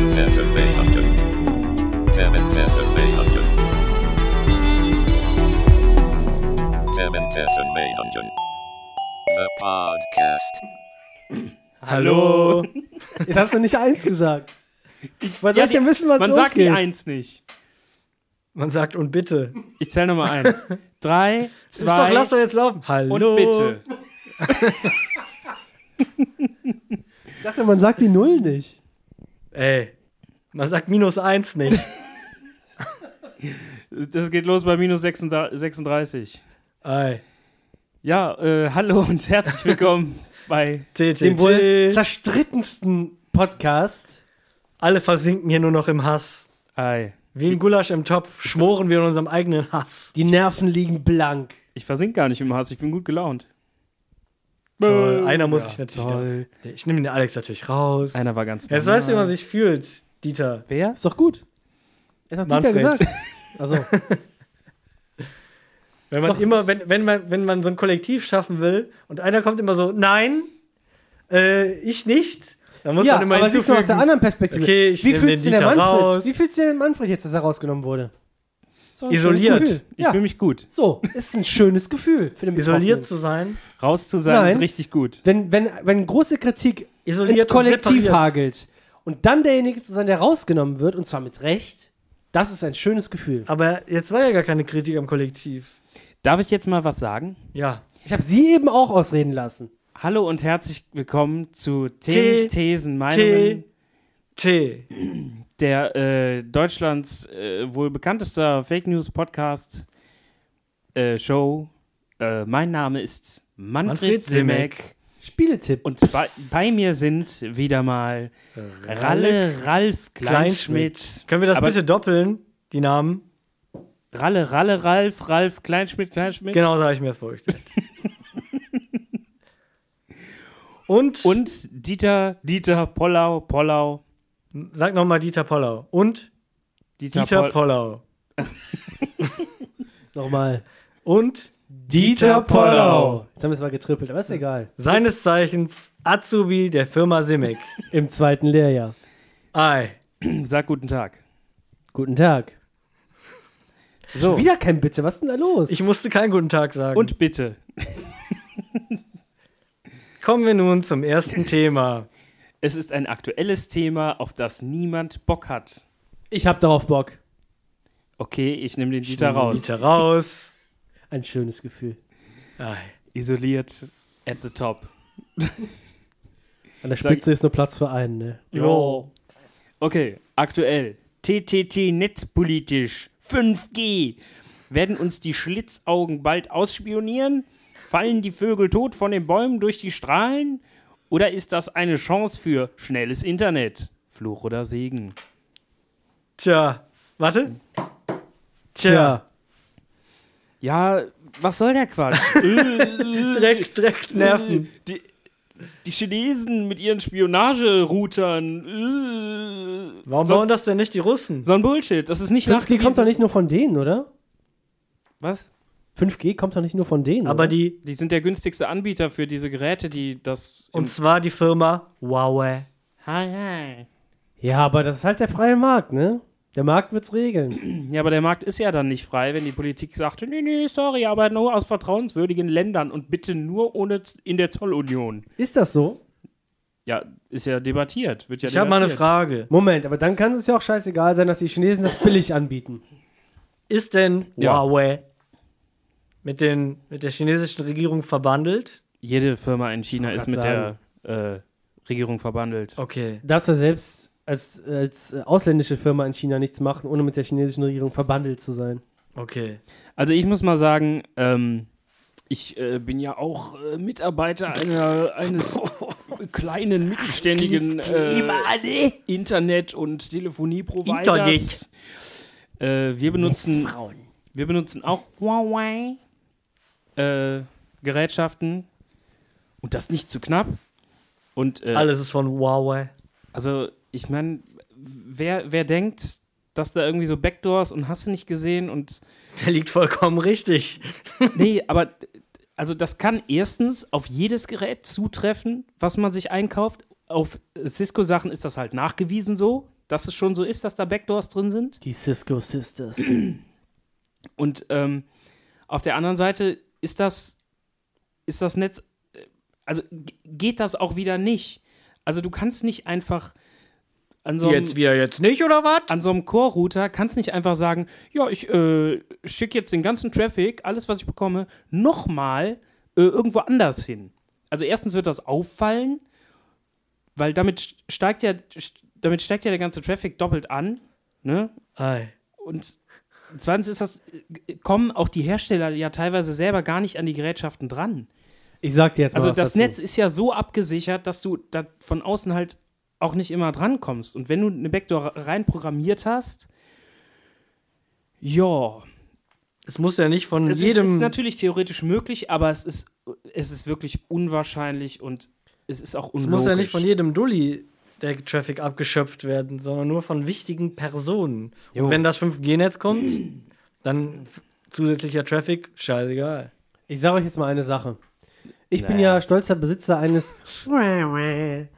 Fernsehunter. Themen Fernsehunter. Themen Fernsehunter. The Podcast. Hallo. Jetzt hast du nicht eins gesagt. Was soll Ja, ich denn die- wissen, was Man losgeht? sagt die Eins nicht. Man sagt und bitte. Ich zähle nochmal ein. Drei, Ist doch, lass doch zwei jetzt laufen. Hallo. und bitte. Ich dachte, man sagt die Null nicht. Ey, man sagt minus eins nicht. Das geht los bei minus 36. Ei, Ja, äh, hallo und herzlich willkommen bei Dem wohl TTT. zerstrittensten Podcast. Alle versinken hier nur noch im Hass. Ei. Wie ein Gulasch im Topf schmoren wir in unserem eigenen Hass. Die Nerven liegen blank. Ich versink gar nicht im Hass, ich bin gut gelaunt. Toll, einer muss ich natürlich. Toll. Da, ich nehme den Alex natürlich raus. Einer war ganz Jetzt weißt du, wie man sich fühlt, Dieter. Wer? Ist doch gut. Das hat Dieter Manfred. gesagt. Also, Wenn man Ist doch- immer, wenn, wenn man, wenn man so ein Kollektiv schaffen will und einer kommt immer so, nein, äh, ich nicht, dann muss ja, man immer aber siehst du mal aus der hinzufügen. anderen Perspektive. Okay, ich Wie nehm den fühlst du denn Dieter Manfred? raus. Wie fühlst du denn Manfred jetzt, dass er rausgenommen wurde? Ist doch ein schönes Isoliert. Gefühl. Ich ja, fühle mich gut. so. Ist ein schönes Gefühl für den Betroffenen. Isoliert zu sein. Raus zu sein Nein. ist richtig gut. Wenn, wenn, wenn große Kritik Isoliert und ins Kollektiv separiert. hagelt und dann derjenige zu sein, der rausgenommen wird, und zwar mit Recht, das ist ein schönes Gefühl. Aber jetzt war ja gar keine Kritik am Kollektiv. Darf ich jetzt mal was sagen? Ja. Ich habe sie eben auch ausreden lassen. Hallo und herzlich willkommen zu T- Themen, Thesen, Meinungen T. der äh, Deutschlands äh, wohl bekanntester Fake News Podcast äh, Show. Äh, mein Name ist Manfred, Manfred Simek. Simek Spieletipp. und bei, bei mir sind wieder mal Ralle Ralf Kleinschmidt. Können wir das Aber bitte doppeln, die Namen? Ralle Ralle Ralf Ralf Kleinschmidt Kleinschmidt Genau so habe ich mir das vorgestellt. und, und Dieter Dieter Pollau Pollau sag nochmal Dieter Pollau. Und Dieter, Dieter Pol- Pollau. Nochmal. Und Dieter Pollau. Jetzt haben wir es mal getrippelt, aber ist egal. seines Zeichens Azubi der Firma Simic. Im zweiten Lehrjahr. Ei. Sag guten Tag. Guten Tag. So Wieder kein Bitte, was ist denn da los? Ich musste keinen guten Tag sagen. und bitte kommen wir nun zum ersten Thema. Es ist ein aktuelles Thema, auf das niemand Bock hat. ich habe darauf Bock. Okay, ich nehme den Dieter raus. Dieter raus. Ein schönes Gefühl. Ei. Isoliert at the top. An der Sag- Spitze ist nur Platz für einen, ne? Jo. Okay, aktuell. TTT netzpolitisch. 5G. Werden uns die Schlitzaugen bald ausspionieren? Fallen die Vögel tot von den Bäumen durch die Strahlen? Oder ist das eine Chance für schnelles Internet? Fluch oder Segen? Tja. Warte. Tja. Tja, Ja, was soll der Quatsch? Dreck, Dreck, Nerven. Die, die Chinesen mit ihren Spionageroutern. äh, Warum so, bauen das denn nicht die Russen? so ein Bullshit. Das ist nicht 5G nachgewiesen. kommt doch nicht nur von denen, oder? Was? 5G kommt doch nicht nur von denen. Aber oder? die, Die sind der günstigste Anbieter für diese Geräte, die das. und zwar die Firma Huawei. Hi, hi. Ja, aber das ist halt der freie Markt, ne? Der Markt wird's regeln. Ja, aber der Markt ist ja dann nicht frei, wenn die Politik sagt: Nee, nee, sorry, aber nur aus vertrauenswürdigen Ländern und bitte nur ohne Z- in der Zollunion. Ist das so? Ja, ist ja debattiert. Wird ja Ich habe mal eine debattiert. Frage. Moment, aber dann kann es ja auch scheißegal sein, dass die Chinesen das billig anbieten. Ist denn Ja. Huawei mit, den, mit der chinesischen Regierung verbandelt? Jede Firma in China ist grad mit sagen. der äh, Regierung verbandelt. Okay. Du darfst ja selbst als, als äh, ausländische Firma in China nichts machen, ohne mit der chinesischen Regierung verbandelt zu sein. Okay. Also ich muss mal sagen, ähm, ich äh, bin ja auch äh, Mitarbeiter einer, eines kleinen, mittelständigen äh, Internet- und Telefonieproviders. Äh, wir, benutzen, wir benutzen auch Huawei-Gerätschaften. und das nicht zu knapp. Und äh, Alles ist von Huawei. also, ich meine, wer, wer denkt, dass da irgendwie so Backdoors und hast du nicht gesehen und Der liegt vollkommen richtig. Nee, aber also das kann erstens auf jedes Gerät zutreffen, was man sich einkauft. Auf Cisco-Sachen ist das halt nachgewiesen so. dass es schon so ist, dass da Backdoors drin sind. Die Cisco Sisters. Und ähm, auf der anderen Seite ist das, ist das Netz, äh, also g- geht das auch wieder nicht. Also du kannst nicht einfach an so einem, Jetzt wieder, jetzt nicht, oder was? an so einem Core-Router, kannst nicht einfach sagen, ja, ich äh, schicke jetzt den ganzen Traffic, alles, was ich bekomme, nochmal äh, irgendwo anders hin. Also erstens wird das auffallen, weil damit st- steigt ja, st- damit steigt ja der ganze Traffic doppelt an, ne? Ei. Und zweitens ist das, kommen auch die Hersteller ja teilweise selber gar nicht an die Gerätschaften dran. Ich sag dir jetzt mal Also was das dazu. Netz ist ja so abgesichert, dass du da von außen halt auch nicht immer drankommst. Und wenn du eine Backdoor reinprogrammiert hast, ja, Es muss ja nicht von es ist, jedem. ist natürlich theoretisch möglich, aber es ist, es ist wirklich unwahrscheinlich und es ist auch unlogisch. es muss ja nicht von jedem Dulli der Traffic abgeschöpft werden, sondern nur von wichtigen Personen. Jo. Und wenn das 5G-Netz kommt, dann f- zusätzlicher Traffic, scheißegal. Ich sage euch jetzt mal eine Sache. Ich bin Naja. ja stolzer Besitzer eines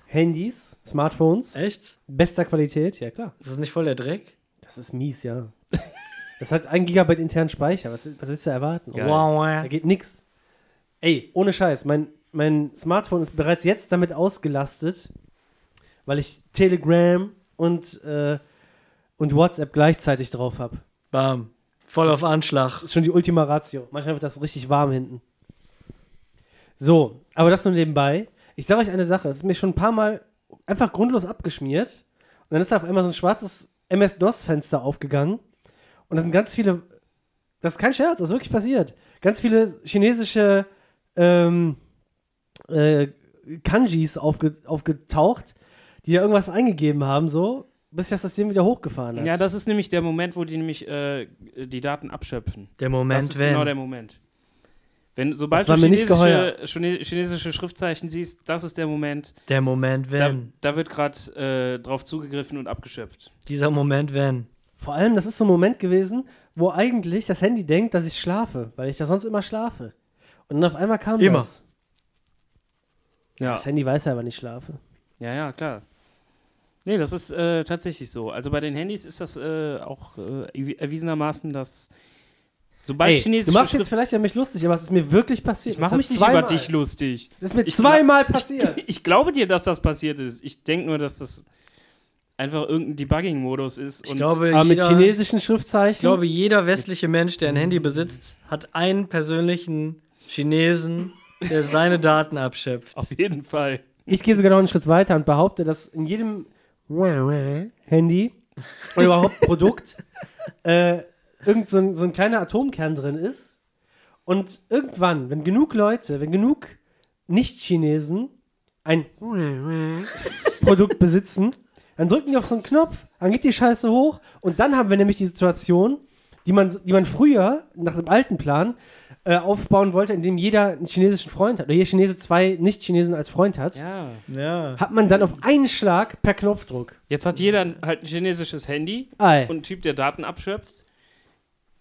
Handys, Smartphones, Echt? bester Qualität. Ja, klar. Ist das nicht voll der Dreck? Das ist mies, ja. Das hat ein Gigabyte internen Speicher. Was, was willst du erwarten? Geil. Da äh. geht nix. Ey, ohne Scheiß. Mein, mein Smartphone ist bereits jetzt damit ausgelastet, weil ich Telegram und, äh, und WhatsApp gleichzeitig drauf habe. Bam. Voll auf Anschlag. ist schon die Ultima Ratio. Manchmal wird das richtig warm hinten. So, aber das nur nebenbei. Ich sage euch eine Sache, das ist mir schon ein paar Mal einfach grundlos abgeschmiert. Und dann ist da auf einmal so ein schwarzes MS-DOS-Fenster aufgegangen. Und da sind ganz viele, das ist kein Scherz, das ist wirklich passiert. Ganz viele chinesische ähm, äh, Kanjis aufge, aufgetaucht, die da irgendwas eingegeben haben, so, bis ich das System wieder hochgefahren hat. ja, das ist nämlich der Moment, wo die nämlich äh, die Daten abschöpfen. Der das Moment, ist wenn. genau der Moment. Wenn, sobald war du mir nicht chinesische, chine- chinesische Schriftzeichen siehst, das ist der Moment, der Moment, da, wenn. da wird gerade äh, drauf zugegriffen und abgeschöpft. Dieser Moment, wenn. Vor allem, das ist so ein Moment gewesen, wo eigentlich das Handy denkt, dass ich schlafe, weil ich da sonst immer schlafe. Und dann auf einmal kam Immer. das. Ja, Das Handy weiß ja, wann ich schlafe. ja, ja klar. Nee, das ist äh, tatsächlich so. Also bei den Handys ist das äh, auch äh, erwi- erwiesenermaßen, dass sobald Ey, chinesische du machst Schrift- jetzt vielleicht an mich lustig, aber es ist mir wirklich passiert. ich mache Es mich hat nicht über zweimal- dich lustig. Das ist mir Ich zweimal passiert. Ich glaube dir, dass das passiert ist. Ich denke nur, dass das einfach irgendein Debugging-Modus ist. Ich glaube, aber mit jeder, chinesischen Schriftzeichen. ich glaube, jeder westliche Mensch, der ein Handy besitzt, hat einen persönlichen Chinesen, der seine Daten abschöpft. auf jeden Fall. Ich gehe sogar noch einen Schritt weiter und behaupte, dass in jedem Handy oder überhaupt Produkt äh, irgend so ein, so ein kleiner Atomkern drin ist. Und irgendwann, wenn genug Leute, wenn genug Nicht-Chinesen ein Produkt besitzen, dann drücken die auf so einen Knopf, dann geht die Scheiße hoch und dann haben wir nämlich die Situation, die man, die man früher nach dem alten Plan äh, aufbauen wollte, indem jeder einen chinesischen Freund hat oder jeder Chinese zwei Nicht-Chinesen als Freund hat Ja. Ja. hat man dann auf einen Schlag per Knopfdruck. Jetzt hat jeder halt ein chinesisches Handy Ei. und ein Typ, der Daten abschöpft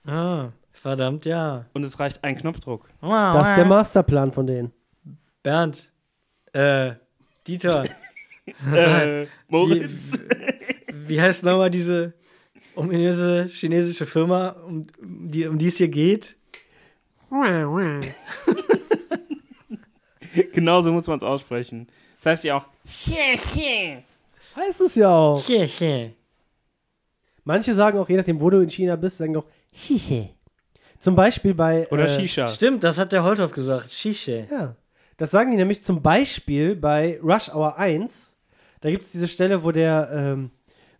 Ah, verdammt, ja. und es reicht ein Knopfdruck. das ist der Masterplan von denen. Bernd. Äh, Dieter. äh, halt wie, Moritz. wie heißt nochmal diese ominöse chinesische Firma, um, um die, um die es hier geht? Genau so muss man es aussprechen. Das heißt ja auch, Heißt es ja auch. Kirche. Manche sagen auch, je nachdem, wo du in China bist, sagen auch Shishi. Zum Beispiel bei. oder äh, Shisha. Stimmt, das hat der Holthoff gesagt. Shishe. Ja. Das sagen die nämlich zum Beispiel bei Rush Hour 1. Da gibt es diese Stelle, wo der. Ähm,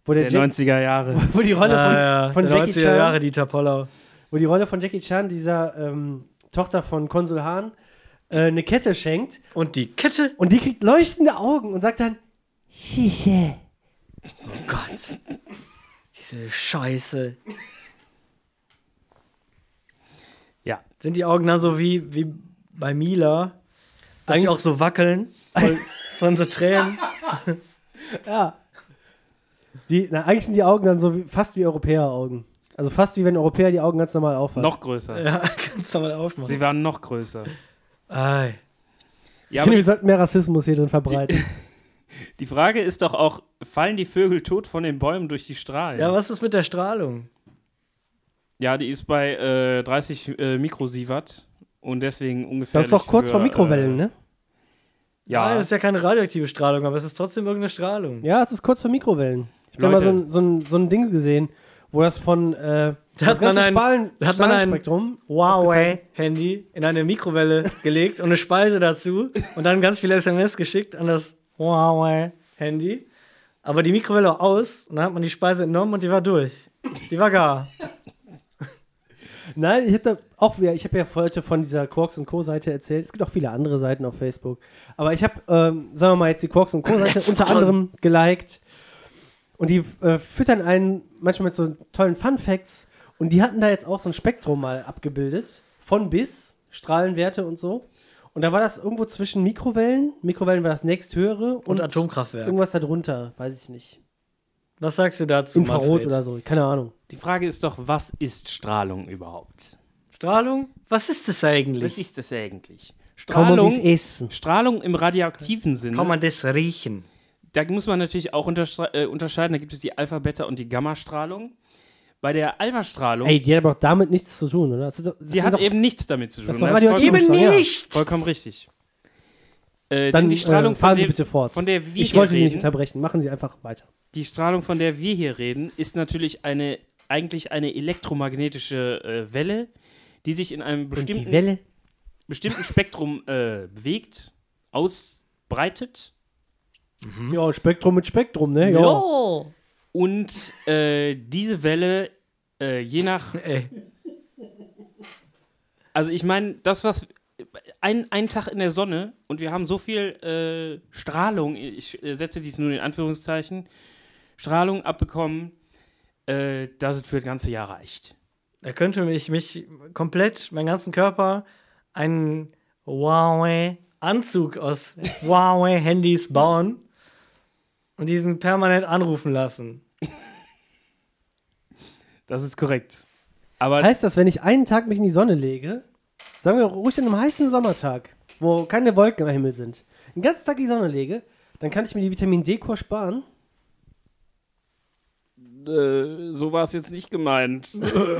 wo der, Der Jack- 90er Jahre. wo die Rolle von, Ah, ja, von der Jackie 90er Chan. Jahre, Dieter Pollau. wo die Rolle von Jackie Chan, dieser ähm, Tochter von Konsul Hahn, äh, eine Kette schenkt Und die Kette. und die kriegt leuchtende Augen und sagt dann Shishi. Oh Gott. Diese Scheiße. Ja. Sind die Augen dann so wie, wie bei Mila? Dass die Eigentlich- auch so wackeln von, von so Tränen. Ja. Die, na, eigentlich sind die Augen dann so wie, fast wie Europäer-Augen. Also fast wie wenn Europäer die Augen ganz normal aufhaben. Noch größer. Äh, ja, kannst du mal aufmachen. Sie waren noch größer. Ei. ich Ja, aber finde, wir sollten mehr Rassismus hier drin verbreiten. die Frage ist doch auch, fallen die Vögel tot von den Bäumen durch die Strahlen. Ja, was ist mit der Strahlung? Ja, die ist bei äh, 30 äh, Mikrosievert und deswegen ungefähr. Das ist doch kurz für, vor Mikrowellen, äh, ne? Ja, Nein, das ist ja keine radioaktive Strahlung, aber es ist trotzdem irgendeine Strahlung. Ja, es ist kurz vor Mikrowellen. Ich habe mal Leute. so ein, so, ein, so ein Ding gesehen, wo das von äh, das hat man ganze ein- Spahlen, da hat man ein- Strahlenspektrum Huawei-Handy in eine Mikrowelle gelegt und eine Speise dazu und dann ganz viele SMS geschickt an das Huawei-Handy. Aber die Mikrowelle war aus und dann hat man die Speise entnommen und die war durch. Die war gar. Nein, ich hätte auch wieder, ich habe ja heute von dieser Quarks und Co. Seite erzählt. Es gibt auch viele andere Seiten auf Facebook. Aber ich habe, ähm, sagen wir mal, jetzt die Quarks und Co. Seite Jetzt unter von- anderem geliked. Und die äh, füttern einen manchmal mit so tollen Fun Facts. Und die hatten da jetzt auch so ein Spektrum mal abgebildet. Von bis, Strahlenwerte und so. Und da war das irgendwo zwischen Mikrowellen. Mikrowellen war das nächsthöhere. Und, Und Atomkraftwerk. Irgendwas darunter, weiß ich nicht. Was sagst du dazu? Infrarot Manfred? oder so, keine Ahnung. die Frage ist doch, was ist Strahlung überhaupt? Strahlung? Was ist das Was eigentlich? ist das eigentlich? Kann man dies Strahlung, essen? Strahlung im radioaktiven Sinne. Kann man das riechen? da muss man natürlich auch unterstra- äh, unterscheiden. Da gibt es die Alpha, Beta und die Gamma-Strahlung. Bei der Alpha-Strahlung, Ey, die hat aber auch damit nichts zu tun, oder? Das ist doch- das die sind hat doch- eben nichts damit zu tun. Das war ist vollkommen, radioaktiv. Eben Strahlung, ja. nicht! vollkommen richtig. Äh, Dann denn die Strahlung äh, von, fahren der, Sie bitte fort. von der wir ich hier wollte Sie nicht reden, unterbrechen. Machen Sie einfach weiter. die Strahlung, von der wir hier reden, ist natürlich eine eigentlich eine elektromagnetische äh, Welle, die sich in einem Und bestimmten die Welle? bestimmten Spektrum äh, bewegt, ausbreitet Mhm. Ja, Spektrum mit Spektrum, ne? Ja. Jo! und äh, diese Welle äh, je nach, Ey, also ich meine, das was ein, ein Tag in der Sonne und wir haben so viel äh, Strahlung, ich äh, setze dies nur in Anführungszeichen, Strahlung abbekommen, äh, dass es für das ganze Jahr reicht. da könnte ich mich komplett, meinen ganzen Körper, einen Huawei-Anzug aus Huawei-Handys bauen und diesen permanent anrufen lassen. Das ist korrekt. Aber Heißt das, wenn ich einen Tag mich in die Sonne lege, sagen wir ruhig an einem heißen Sommertag, wo keine Wolken am Himmel sind, einen ganzen Tag in die Sonne lege, dann kann ich mir die Vitamin D-Kur sparen. äh, so war es jetzt nicht gemeint.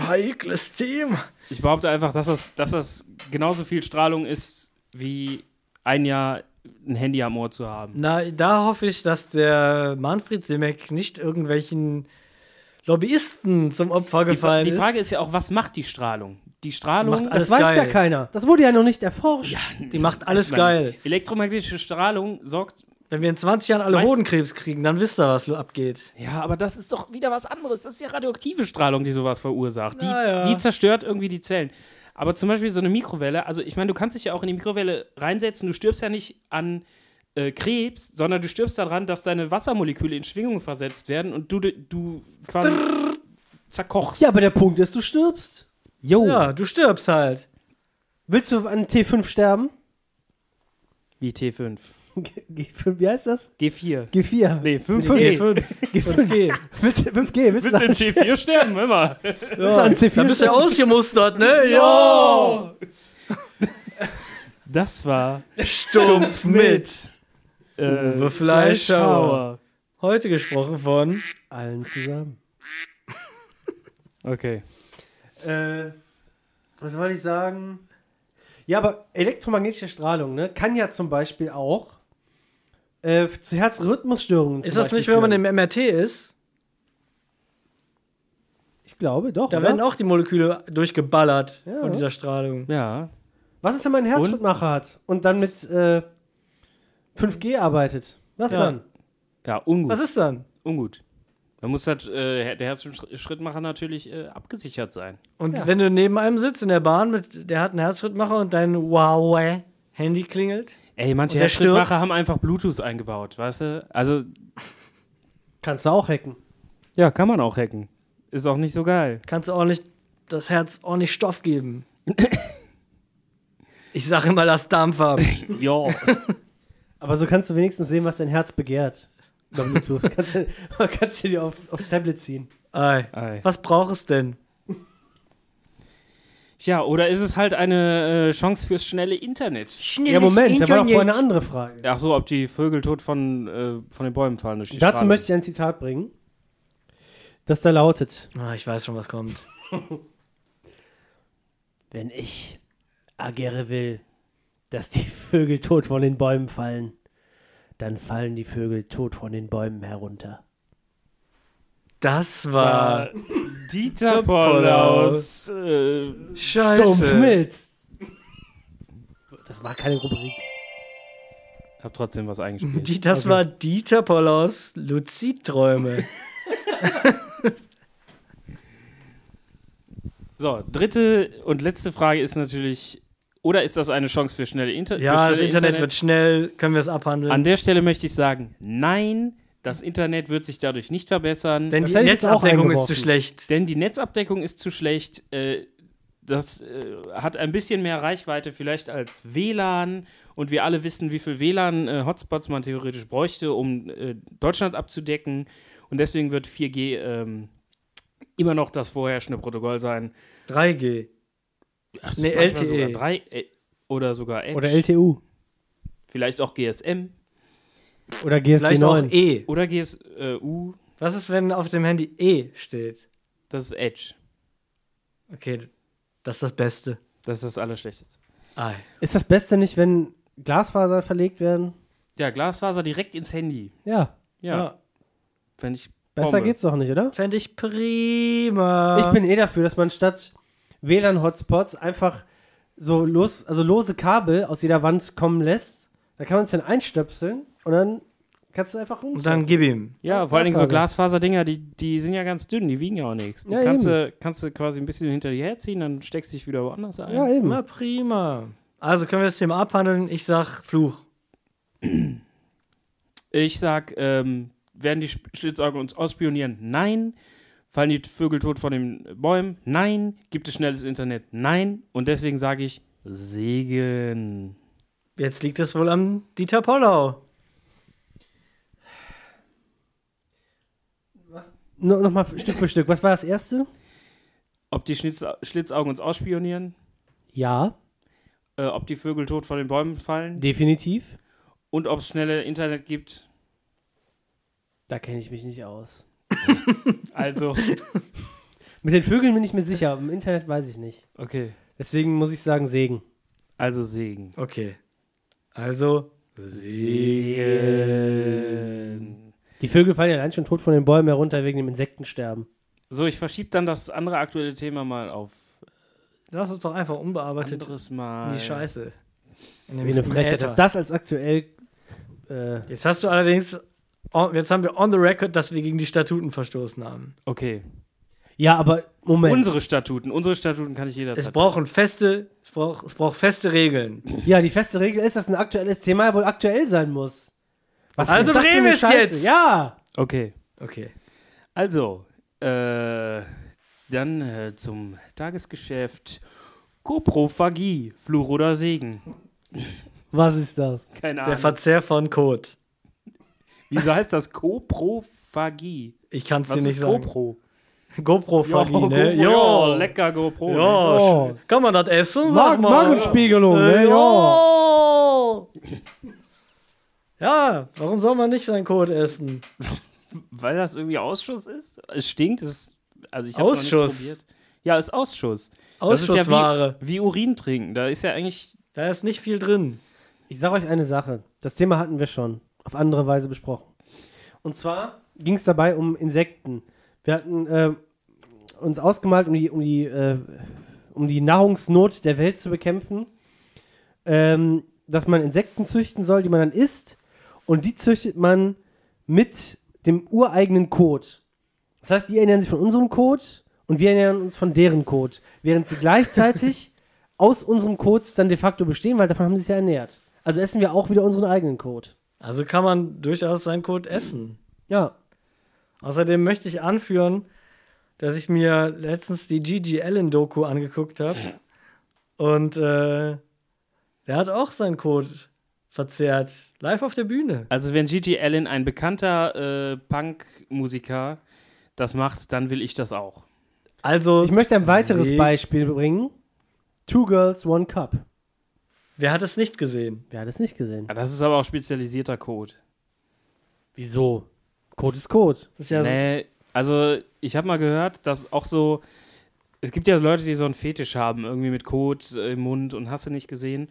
Heikles Thema. Ich behaupte einfach, dass das, dass das genauso viel Strahlung ist, wie ein Jahr ein Handy am Ohr zu haben. Na, da hoffe ich, dass der Manfred Simek nicht irgendwelchen Lobbyisten zum Opfer Die, Fra- gefallen die ist. Frage ist ja auch, was macht die Strahlung? Die Strahlung. macht Das Alles weiß geil. ja keiner. Das wurde ja noch nicht erforscht. die macht alles Weiß man geil. nicht. Elektromagnetische Strahlung sorgt. Wenn wir in 20 Jahren alle Weiß- Hodenkrebs kriegen, dann wisst ihr, was abgeht. Ja, aber das ist doch wieder was anderes. Das ist ja radioaktive Strahlung, die sowas verursacht. Die, Na ja. die zerstört irgendwie die Zellen. Aber zum Beispiel so eine Mikrowelle, also ich meine, du kannst dich ja auch in die Mikrowelle reinsetzen, du stirbst ja nicht an äh, Krebs, sondern du stirbst daran, dass deine Wassermoleküle in Schwingung versetzt werden und du, du quasi zerkochst. Ja, aber der Punkt ist, du stirbst. Jo. Ja, du stirbst halt. Willst du an T5 sterben? Wie T5. G- G5, wie heißt das? G4. G4. Nee, 5G. Okay. Willst, 5G, willst, Willst du du in an, T4 sterben? Hör mal. willst du an C4 Dann bist du sterben? ausgemustert, ne? Jo! Das war äh, Stumpf mit. Uwe Fleischhauer. Heute gesprochen von. Allen zusammen. Okay. Äh, was soll ich sagen? Ja, aber elektromagnetische Strahlung ne, kann ja zum Beispiel auch äh, zu Herzrhythmusstörungen zum Ist das Beispiel nicht, wenn man führen. im MRT ist? Ich glaube, doch. Da oder? werden auch die Moleküle durchgeballert Ja. von dieser Strahlung. Ja. Was ist, wenn man einen Herzschrittmacher hat und dann mit äh, 5G arbeitet? Was Ja. dann? Ja, ungut. Was ist dann? ungut. Man muss halt, äh, der Herzschrittmacher natürlich äh, abgesichert sein. Und Ja. wenn du neben einem sitzt in der Bahn, mit, der hat einen Herzschrittmacher und dein Huawei-Handy klingelt. Ey, Und manche der Herzschrittmacher stirbt. haben einfach Bluetooth eingebaut, weißt du? Also, Kannst du auch hacken. ja, kann man auch hacken. Ist auch nicht so geil. kannst du ordentlich das Herz ordentlich Stoff geben. ich sag immer, lass Dampf ab. Jo. Aber so kannst du wenigstens sehen, was dein Herz begehrt. Über Bluetooth. kannst, du, kannst du dir auf, aufs Tablet ziehen. Ei. Ei. Was braucht es denn? Ja, oder ist es halt eine äh, Chance fürs schnelle Internet? Schnelles Ja, Moment, da war doch vorher eine andere Frage. Ach so, ob die Vögel tot von, äh, von den Bäumen fallen durch die Dazu Strahlung. möchte ich ein Zitat bringen, das da lautet: Ah, ich weiß schon, was kommt. Wenn ich agere will, dass die Vögel tot von den Bäumen fallen, dann fallen die Vögel tot von den Bäumen herunter. Das war Dieter Pollaus. Äh, Stumpf scheiße. mit! Das war keine Rubrik. hab trotzdem was eingespielt. Die, Also- das war Dieter Pollaus Luzidträume. So, dritte und letzte Frage ist natürlich, oder ist das eine Chance für schnelle Inter für ja, das schnelle Internet wird schnell, können wir es abhandeln. An der Stelle möchte ich sagen, nein, das Internet wird sich dadurch nicht verbessern, Denn denn, Das die hätte ich jetzt auch Netzabdeckung ist eingeworfen. zu schlecht. die Netzabdeckung ist zu schlecht. Äh, das äh, hat ein bisschen mehr Reichweite vielleicht als WLAN und wir alle wissen, wie viel WLAN-Hotspots äh, man theoretisch bräuchte, um äh, Deutschland abzudecken. Und deswegen wird 4G ähm, immer noch das vorherrschende Protokoll sein. 3G. Nee, E. Manchmal LTE. Sogar drei, äh, oder sogar Edge. Oder E. LTU. Vielleicht auch GSM Oder Vielleicht auch GSG9. E. oder äh, GSU. Was ist, wenn auf dem Handy E steht? Das ist Edge. Okay, das ist das Beste. Das ist das Allerschlechteste. Ei. Ist das Beste nicht, wenn Glasfaser verlegt werden? Ja, Glasfaser direkt ins Handy. Ja, Ja, fände ich. besser Bombe. geht's doch nicht, oder? Fände ich prima. Ich bin eh dafür, dass man statt WLAN-Hotspots einfach so los, also lose Kabel aus jeder Wand kommen lässt. Da kann man es dann einstöpseln und dann kannst du einfach rum. Und dann gib ihm. Ja, Das vor allen Dingen so Glasfaser. Glasfaserdinger, die, die sind ja ganz dünn, die wiegen ja auch nichts. Die Ja, kannst, du, kannst du quasi ein bisschen hinter dir herziehen, dann steckst du dich wieder woanders ein. ja, eben. Na prima. Also können wir das Thema abhandeln. Ich sag Fluch. Ich sag, ähm, werden die Sp- Schlitzaugen uns ausspionieren? Nein. Fallen die Vögel tot von den Bäumen? Nein. Gibt es schnelles Internet? Nein. Und deswegen sage ich Segen. Jetzt liegt es wohl am Dieter Pollau. No, Nochmal Stück für Stück. Was war das erste? Ob die Schnitz Schlitzaugen uns ausspionieren? Ja, Äh, ob die Vögel tot von den Bäumen fallen? definitiv. Und ob es schnelle Internet gibt? Da kenne ich mich nicht aus. Also, Mit den Vögeln bin ich mir sicher, aber im Internet weiß ich nicht. okay. Deswegen muss ich sagen, Segen. Also Segen. Okay. Also Segen. Die Vögel fallen ja allein schon tot von den Bäumen herunter wegen dem Insektensterben. So, ich verschiebe dann das andere aktuelle Thema mal auf lass uns doch einfach unbearbeitet anderes in Mal. die Scheiße. In Das ist den- wie eine im Frechheit, Äther. dass das als aktuell äh, Jetzt hast du allerdings, on, jetzt haben wir on the record, dass wir gegen die Statuten verstoßen haben. Okay. Ja, aber Moment. Unsere Statuten. Unsere Statuten kann ich Es jederzeit. brauchen feste, es braucht, es braucht feste Regeln. Ja, die feste Regel ist, dass ein aktuelles Thema ja wohl aktuell sein muss. Was Also ist das für drehen eine wir's Scheiße? jetzt! Ja! Okay. Okay. Also, äh, dann äh, zum Tagesgeschäft. Koprophagie, Fluch oder Segen. Was ist das? Keine Der Ahnung. Verzehr von Kot. Wieso heißt das Koprophagie? Ich kann es Was dir nicht ist sagen. GoPro? GoPro-Phagie, ne? Jo, Jo, lecker GoPro. ne? Jo, Oh. kann man das essen? Mag Sag mal. Magenspiegelung, Äh, ne? Ja. jo. Ja, warum soll man nicht seinen Kot essen? Weil das irgendwie Ausschuss ist? Es stinkt, es ist. Also ich hab's Noch Ausschuss. nicht probiert. Ja, ist Ausschuss. Das ist ja Ausschussware. Wie, wie Urin trinken. Da ist ja eigentlich. Da ist nicht viel drin. Ich sag euch eine Sache. Das Thema hatten wir schon auf andere Weise besprochen. Und zwar ging es dabei um Insekten. Wir hatten äh, uns ausgemalt, um die, um, die, äh, um die Nahrungsnot der Welt zu bekämpfen, ähm, dass man Insekten züchten soll, die man dann isst. Und die züchtet man mit dem ureigenen Kot. Das heißt, die ernähren sich von unserem Kot und wir ernähren uns von deren Kot. Während sie gleichzeitig aus unserem Kot dann de facto bestehen, weil davon haben sie sich ja ernährt. Also essen wir auch wieder unseren eigenen Kot. Also kann man durchaus seinen Kot essen. Ja. Außerdem möchte ich anführen, dass ich mir letztens die Gigi Allen-Doku angeguckt habe. Und äh, der hat auch seinen Kot verzehrt. Live auf der Bühne. Also, wenn Gigi Allen, ein bekannter äh, Punk-Musiker, das macht, dann will ich das auch. Also, Ich möchte ein weiteres Sie- Beispiel bringen. Two Girls, One Cup. Wer hat es nicht gesehen? Wer hat es nicht gesehen? Ja, das ist aber auch spezialisierter Code. Wieso? Code ist Code. Das ist ja so- nee, also ich habe mal gehört, dass auch so, es gibt ja Leute, die so einen Fetisch haben, irgendwie mit Kot äh, im Mund und hast du nicht gesehen.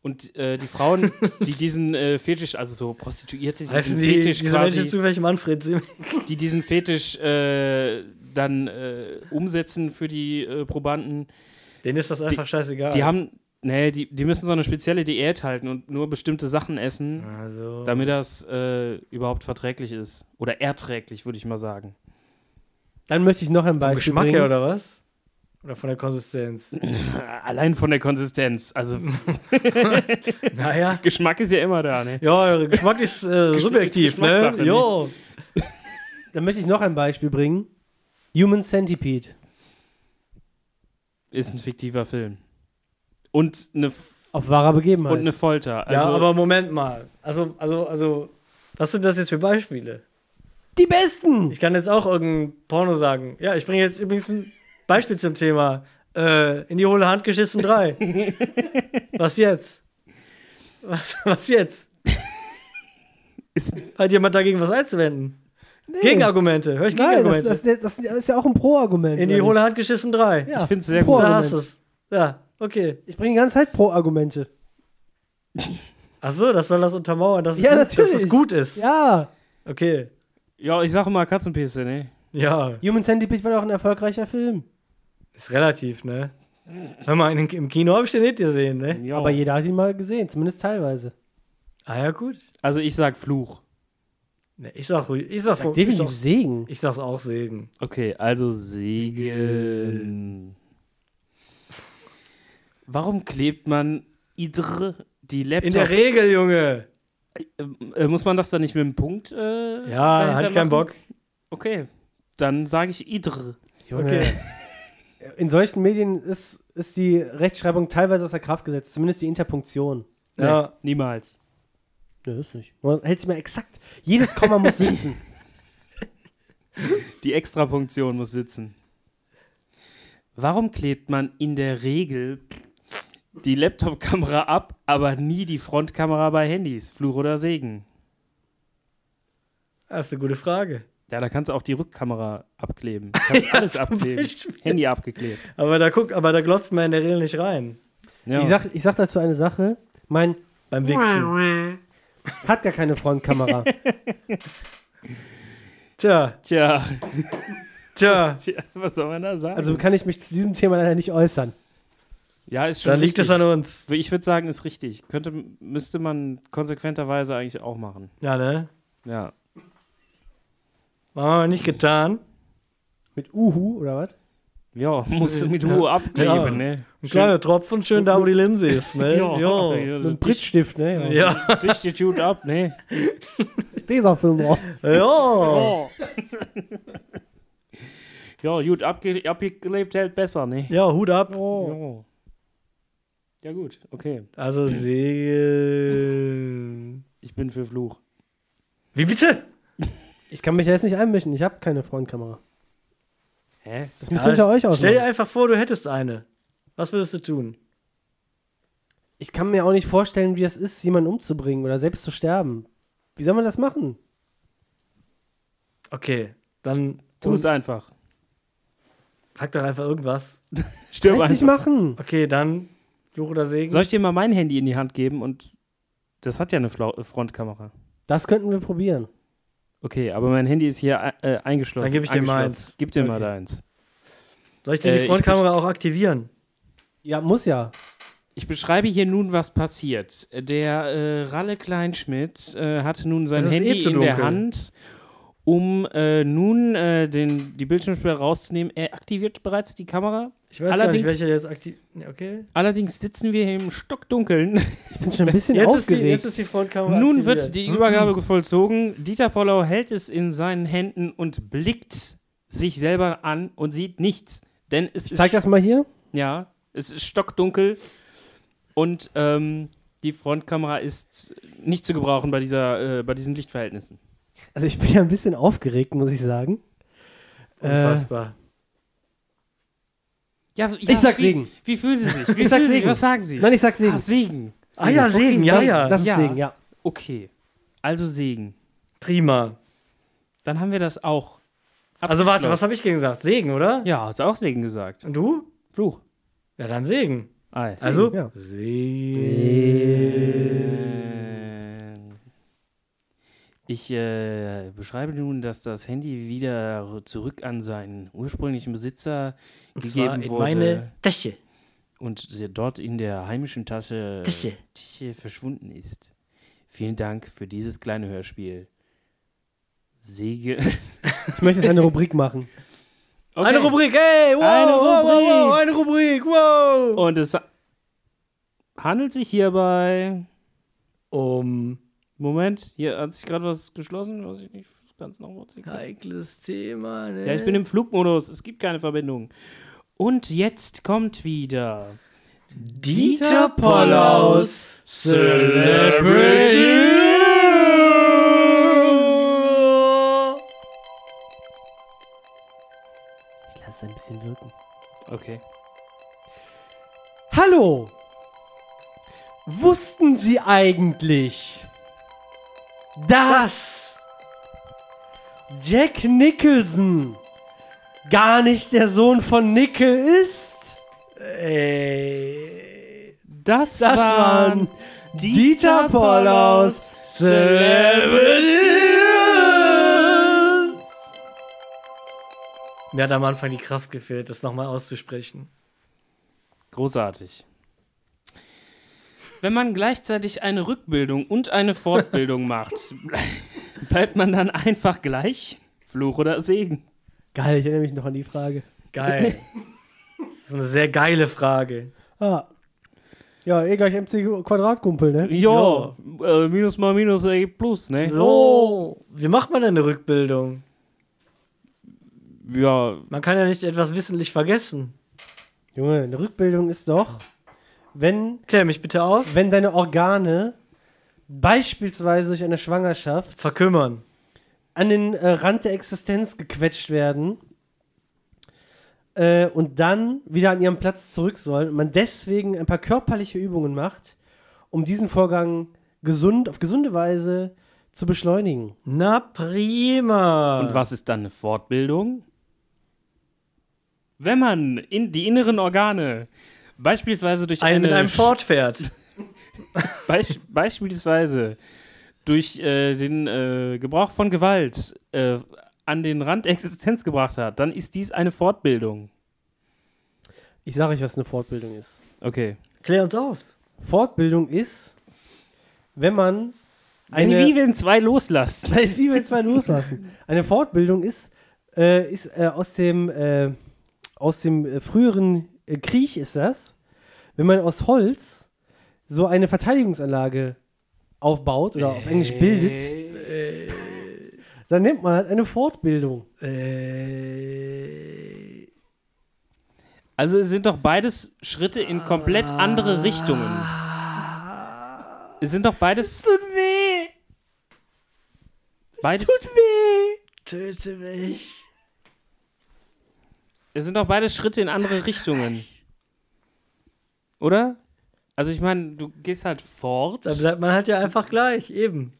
Und äh, die Frauen, die diesen äh, Fetisch, also so Prostituierte, die Heißen diesen die, Fetisch diese Menschen quasi, zufällig Manfred Simmel? die diesen Fetisch äh, dann äh, umsetzen für die äh, Probanden, Denen ist das einfach scheißegal. die haben, nee, die, die müssen so eine spezielle Diät halten und nur bestimmte Sachen essen, Also, damit das äh, überhaupt verträglich ist. Oder erträglich, würde ich mal sagen. Dann möchte ich noch ein vom Beispiel Geschmack bringen. her oder was? Oder von der Konsistenz? Allein von der Konsistenz, also naja. Geschmack ist ja immer da, ne? Ja, Geschmack ist äh, subjektiv, Geschmackssache, ne? ne? Jo. Dann möchte ich noch ein Beispiel bringen. Human Centipede. Ist ein fiktiver Film. Und eine, F Auf wahrer Begebenheit. und eine Folter. Also, Ja, aber Moment mal. Also, also, also, was sind das jetzt für Beispiele? die besten! Ich kann jetzt auch irgendein Porno sagen. Ja, ich bringe jetzt übrigens ein Beispiel zum Thema. Äh, in die hohle Hand geschissen 3. was jetzt? Was, was jetzt? Ist- Hat jemand dagegen was einzuwenden? Gegenargumente. Hör ich Nein, das, Gegenargumente. das, das, das ist ja auch ein Pro-Argument. in die oder hohle nicht? Hand geschissen 3. Ja, Ich find's sehr ein gut. da hast Pro-Argument. du es. Ja, okay. Ich bringe die ganze Zeit Pro-Argumente. Achso, das soll das untermauern, dass, Ja, es, gut- dass es natürlich. gut ist. Ja, Okay. ja, ich sage mal Katzenpisse, ne? Ja. Human Centipede war doch ein erfolgreicher Film. Ist relativ, ne? Hör mal, in, im Kino habe ich den nicht gesehen, ne? Ja. Aber jeder hat ihn mal gesehen, zumindest teilweise. Ah ja, gut. also ich sag Fluch. Ne, ich sag, ruhig- ich sag's, Sag sag ich, definitiv sag's, Segen. ich sag's auch Segen. Okay, also Segen. Warum klebt man Idr die Laptop? In der Regel, Junge. äh, äh, muss man das dann nicht mit dem Punkt? Äh, Ja, da dahinter hatte ich keinen machen? Bock. Okay, dann sage ich Idr. Okay. In solchen Medien ist, ist die Rechtschreibung teilweise außer Kraft gesetzt, zumindest die Interpunktion. Ja. Ne, Niemals. Ja, ist nicht. Man hält sich mal exakt. Jedes Komma muss sitzen. Die Extrapunktion muss sitzen. Warum klebt man in der Regel die Laptop-Kamera ab, aber nie die Frontkamera bei Handys? Fluch oder Segen? Das ist eine gute Frage. Ja, da kannst du auch die Rückkamera abkleben. Du kannst alles abkleben. Beispiel. Handy abgeklebt. Aber da guck, aber da glotzt man in der Regel nicht rein. Ja. Ich, sag, ich sag dazu eine Sache. Mein Beim Wichsen. hat gar keine Frontkamera. Tja, tja, tja. tja, was soll man da sagen? Also kann ich mich zu diesem Thema leider nicht äußern. ja, ist schon Da liegt richtig. es an uns. Ich würde sagen, ist richtig. Könnte, müsste man konsequenterweise eigentlich auch machen. Ja, ne? Ja. Haben wir aber nicht getan. Mit Uhu oder was? Ja, musst du mit Ruhe abkleben, Ja. ne? Ein kleiner Tropfen, schön da, wo die Linse ist, ne? ja. also Jo. Mit einem Prittstift, ne? Ja. Tisch die Tute ab, ne? Dieser Film drauf. Jo. ja, gut, abge abgeklebt hält besser, ne? Ja, Hut ab. Ja. Ja, gut, okay. Also Segen. Ich bin für Fluch. Wie bitte? Ich kann mich ja jetzt nicht einmischen. Ich habe keine Frontkamera. Hä? Das müsst ihr unter euch Stell dir ausmachen. einfach vor, du hättest eine. Was würdest du tun? Ich kann mir auch nicht vorstellen, wie das ist, jemanden umzubringen oder selbst zu sterben. Wie soll man das machen? Okay, dann Tu es einfach. sag doch einfach irgendwas. Stirb Lass dich einfach. machen. Okay, dann Fluch oder Segen. Soll ich dir mal mein Handy in die Hand geben und das hat ja eine Flau äh, Frontkamera. Das könnten wir probieren. Okay, aber mein Handy ist hier äh, eingeschlossen. Dann geb ich dir mal angeschlossen. eins. Gib dir mal Okay. deins. Soll ich dir Äh, die ich Frontkamera auch aktivieren? Ja, muss ja. Ich beschreibe hier nun, was passiert. Der äh, Ralle Kleinschmidt äh, hat nun sein Es ist eh Handy zu in der dunkel. Hand, um äh, nun äh, den, die Bildschirmsperre rauszunehmen. Er aktiviert bereits die Kamera. Ich weiß Allerdings- gar nicht, welche jetzt aktiv. Ja, Okay. Allerdings sitzen wir hier im Stockdunkeln. Ich bin schon ein bisschen Jetzt ist, die, aufgeregt. jetzt ist die Frontkamera. nun aktiviert. wird die Übergabe vollzogen. Dieter Pollau hält es in seinen Händen und blickt sich selber an und sieht nichts. Denn es ich zeig ist das mal hier. Ja, es ist stockdunkel und ähm, die Frontkamera ist nicht zu gebrauchen bei, dieser, äh, bei diesen Lichtverhältnissen. Also ich bin ja ein bisschen Äh, aufgeregt, muss ich sagen. Äh, Unfassbar. Ja, ja, Ich sag wie, Segen. Wie fühlen Sie sich? Wie Ich sag fühlen Sie sich? Segen. Was sagen Sie? Nein, ich sag Segen. Ah, Segen. Ah ja, Segen, ja, das, ja. Das ist Ja. Segen, ja. Okay. Also Segen. Prima. Dann haben wir das auch. Also warte, was abgeschlossen. habe ich gegen gesagt? Segen, oder? Ja, hast auch Segen gesagt. Und du? Fluch. Ja, dann Segen. Ei. Also, ja. Ähm, Ich äh, beschreibe nun, dass das Handy wieder r- zurück an seinen ursprünglichen Besitzer und zwar gegeben in wurde meine Tasche. und sie dort in der heimischen Tasche Tasche. Tische verschwunden ist. Vielen Dank für dieses kleine Hörspiel. Sege. Ich möchte jetzt eine Rubrik machen. Okay. Eine Rubrik, ey, wow, Eine wow, wow, wow, Rubrik. eine Rubrik, wow. Und es ha- handelt sich hierbei. Um Moment, hier hat sich gerade was geschlossen, was ich nicht ganz nachvollziehen kann. heikles Thema, ne? Ja, ich bin im Flugmodus. Es gibt keine Verbindung. Und jetzt kommt wieder. Dieter Pollaus Celebrity News. Ich lasse es ein bisschen wirken. Okay. Hallo! Wussten Sie eigentlich, Das dass Jack Nicholson gar nicht der Sohn von Nickel ist? Ey. Das, Das waren Dieter Pollaus Celebrity News. Mir hat am Anfang die Kraft gefehlt, das nochmal auszusprechen. Großartig. Wenn man gleichzeitig eine Rückbildung und eine Fortbildung macht, bleibt man dann einfach gleich? Fluch oder Segen? Geil, ich erinnere mich noch an die Frage. Geil. das ist eine sehr geile Frage. Ah. Ja, eh gleich MC Quadratkumpel, ne? Jo, äh, minus mal minus ergibt plus, ne? So, wie macht man denn eine Rückbildung? Ja, Man kann ja nicht etwas wissentlich vergessen. Junge, eine Rückbildung ist doch, wenn, Klär mich bitte auf. wenn deine Organe beispielsweise durch eine Schwangerschaft Verkümmern. an den äh, Rand der Existenz gequetscht werden äh, und dann wieder an ihren Platz zurück sollen und man deswegen ein paar körperliche Übungen macht, um diesen Vorgang gesund, auf gesunde Weise zu beschleunigen. Na prima. Und was ist dann eine Fortbildung? Wenn man in die inneren Organe beispielsweise durch Ein eine mit einem Sch- Ford fährt. beisch- beispielsweise durch äh, den äh, Gebrauch von Gewalt äh, an den Rand der Existenz gebracht hat, dann ist dies eine Fortbildung. Ich sage euch, was eine Fortbildung ist. Okay. Klär uns auf. Fortbildung ist, wenn man Eine eine wie wenn zwei loslassen. Das ist wie wenn zwei loslassen. Eine Fortbildung ist, äh, ist äh, aus dem, äh, aus dem äh, früheren äh, Krieg ist das, wenn man aus Holz so eine Verteidigungsanlage aufbaut oder auf Englisch bildet, dann nennt man halt eine Fortbildung. Äh, Also es sind doch beides Schritte in komplett andere Richtungen. Es sind doch beides, Tut weh, beides weh. töte mich. Es sind doch beide Schritte in andere Richtungen. Oder? Also ich meine, du gehst halt fort, Da bleibt man halt ja einfach gleich, eben.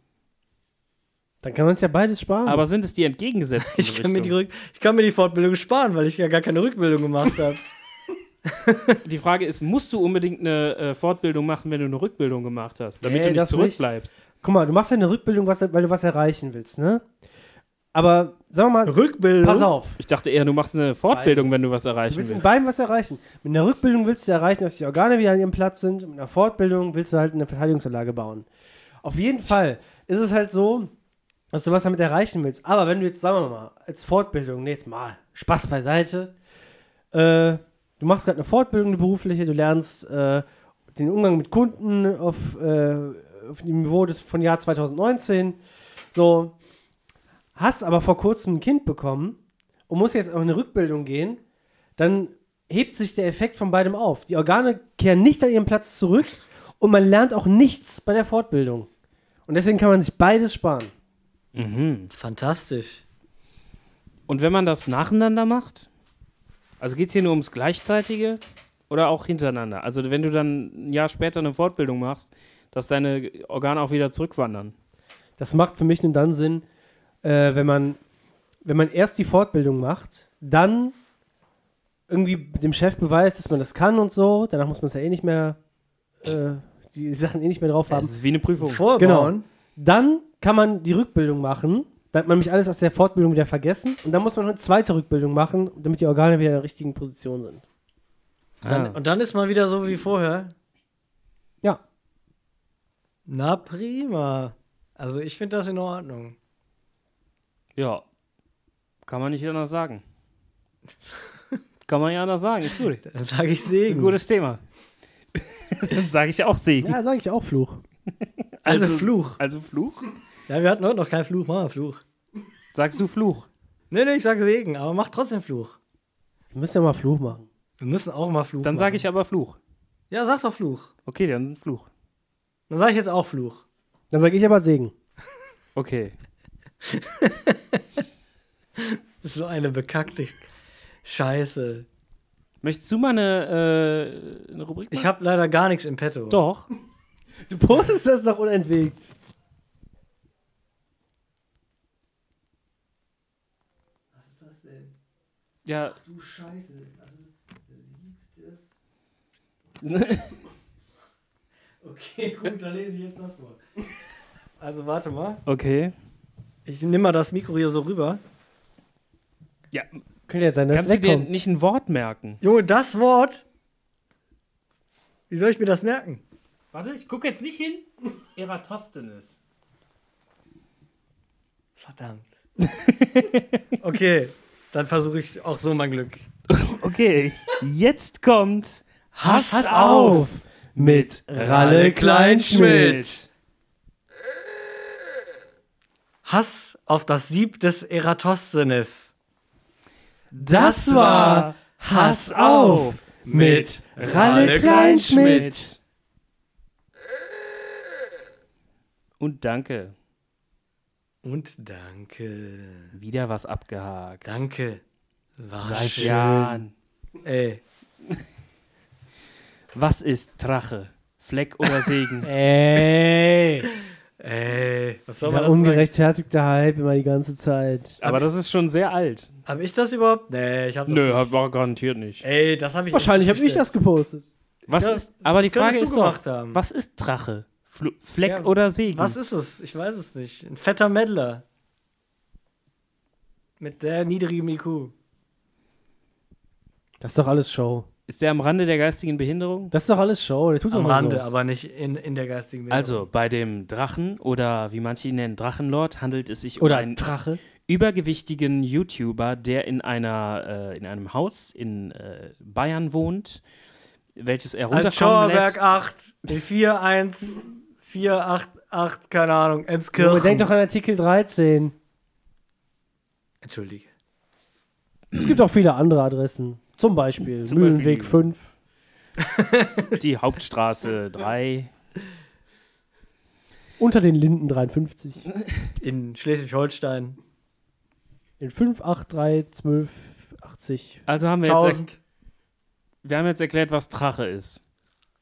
Dann kann man es ja beides sparen. aber sind es die entgegengesetzten Ich kann, mir die Richtungen? Rück ich kann mir die Fortbildung sparen, weil ich ja gar keine Rückbildung gemacht habe. Die, Frage ist, musst du unbedingt eine äh, Fortbildung machen, wenn du eine Rückbildung gemacht hast, damit Nee, du nicht das zurückbleibst? Guck mal, du machst ja eine Rückbildung, was, weil du was erreichen willst, ne? Aber sagen wir mal, Rückbildung? pass auf. Ich dachte eher, du machst eine Fortbildung, Beides. wenn du was Du erreichen willst in willst. beidem was erreichen. Mit einer Rückbildung willst du erreichen, dass die Organe wieder an ihrem Platz sind. Mit einer Fortbildung willst du halt eine Verteidigungsanlage bauen. Auf jeden Fall ist es halt so, dass du was damit erreichen willst. Aber wenn du jetzt, sagen wir mal, als Fortbildung, nee, jetzt mal, Spaß beiseite, äh, du machst gerade eine Fortbildung, eine berufliche, du lernst äh, den Umgang mit Kunden auf, äh, auf dem Niveau des, von Jahr 2019. So, hast aber vor kurzem ein Kind bekommen und musst jetzt auf eine Rückbildung gehen, dann hebt sich der Effekt von beidem auf. Die Organe kehren nicht an ihren Platz zurück und man lernt auch nichts bei der Fortbildung. Und deswegen kann man sich beides sparen. Mhm. Fantastisch. Und wenn man das nacheinander macht? Also geht es hier nur ums Gleichzeitige oder auch hintereinander? Also wenn du dann ein Jahr später eine Fortbildung machst, dass deine Organe auch wieder zurückwandern. Das macht für mich nur dann Sinn, äh, wenn man, wenn man erst die Fortbildung macht, dann irgendwie dem Chef beweist, dass man das kann und so. Danach muss man es ja eh nicht mehr, äh, die Sachen eh nicht mehr drauf haben. Das ist wie eine Prüfung. Genau. Vorbauen. Dann kann man die Rückbildung machen. Da hat man nämlich alles aus der Fortbildung wieder vergessen. Und dann muss man noch eine zweite Rückbildung machen, damit die Organe wieder in der richtigen Position sind. Dann, Und dann ist man wieder so wie vorher. Ja. Na prima. Also ich finde das in Ordnung. Ja. Kann man nicht anders sagen. Kann man ja anders sagen. Ist gut. Dann sage ich Ein Segen. gutes Thema. Dann sage ich auch Segen. Ja, sage ich auch Fluch. also, Fluch. Also Fluch? Ja, wir hatten heute noch keinen Fluch. Machen wir Fluch. Sagst du Fluch? Nee, nee, ich sage Segen, aber mach trotzdem Fluch. Wir müssen ja mal Fluch machen. Wir müssen auch mal Fluch Dann machen. sage ich aber Fluch. Ja, sag doch Fluch. Okay, dann Fluch. Dann sage ich jetzt auch Fluch. Dann sage ich aber Segen. Okay. Das ist so eine bekackte Scheiße. Möchtest du mal eine, äh, eine Rubrik machen? Ich habe leider gar nichts im Petto. Doch. Du postest das doch unentwegt. Ja. Du Scheiße. Also, Okay, gut, dann lese ich jetzt das vor. Also warte mal. Okay. Ich nehme mal das Mikro hier so rüber. Ja, Könnte ja sein, dass es kannst du dir wegkommt. nicht ein Wort merken? Junge, das Wort. Wie soll ich mir das merken? Warte, ich gucke jetzt nicht hin. Eratosthenes. Verdammt. okay, dann versuche ich auch so mein Glück. Okay, jetzt kommt Hass, mit Ralle Kleinschmidt. Hass auf das Sieb des Eratosthenes. Das war Hass auf mit Ralle Kleinschmidt. Und danke. Und danke. Wieder was abgehakt. Danke. War Seit schön. Jahren. Ey, Was ist Drache? Fleck oder Segen? Ey. ey. Was soll man das sagen? Dieser ungerechtfertigte Hype immer die ganze Zeit. Aber das ist schon sehr alt. Hab ich das überhaupt? Nee, ich hab das Äh, nicht. war garantiert nicht. Ey, das hab ich Wahrscheinlich habe ich das. das gepostet. Was Ja, ist, aber die könntest Frage du ist doch, gemacht haben. was ist Drache? Fl Fleck Ja, oder Segen? Was ist es? Ich weiß es nicht. Ein fetter Meddler. Mit der niedrigem IQ. Das ist doch alles Show. Ist der am Rande der geistigen Behinderung? Das ist doch alles Show. Der tut doch Am mal Rande, so. aber nicht in, in der geistigen Äh, Welt. Also, bei dem Drachen oder wie manche ihn nennen, Drachenlord, handelt es sich Oder um einen ein Drache. übergewichtigen YouTuber, der in, einer, äh, in einem Haus in äh, Bayern wohnt, welches er An runterkommen Schauerberg lässt. 8, in 4, 1, 4, 8, 8, keine Ahnung, Junge, Emskirchen. denk doch an Artikel 13. Entschuldige. Es gibt auch viele andere Adressen. Zum Beispiel Zum Mühlenweg Beispiel- 5. Die Hauptstraße 3. Unter den Linden 53. In Schleswig-Holstein. In 5, 8, 3, 12, 80. Also haben wir jetzt, er- 1000. wir haben jetzt erklärt, was Drache ist.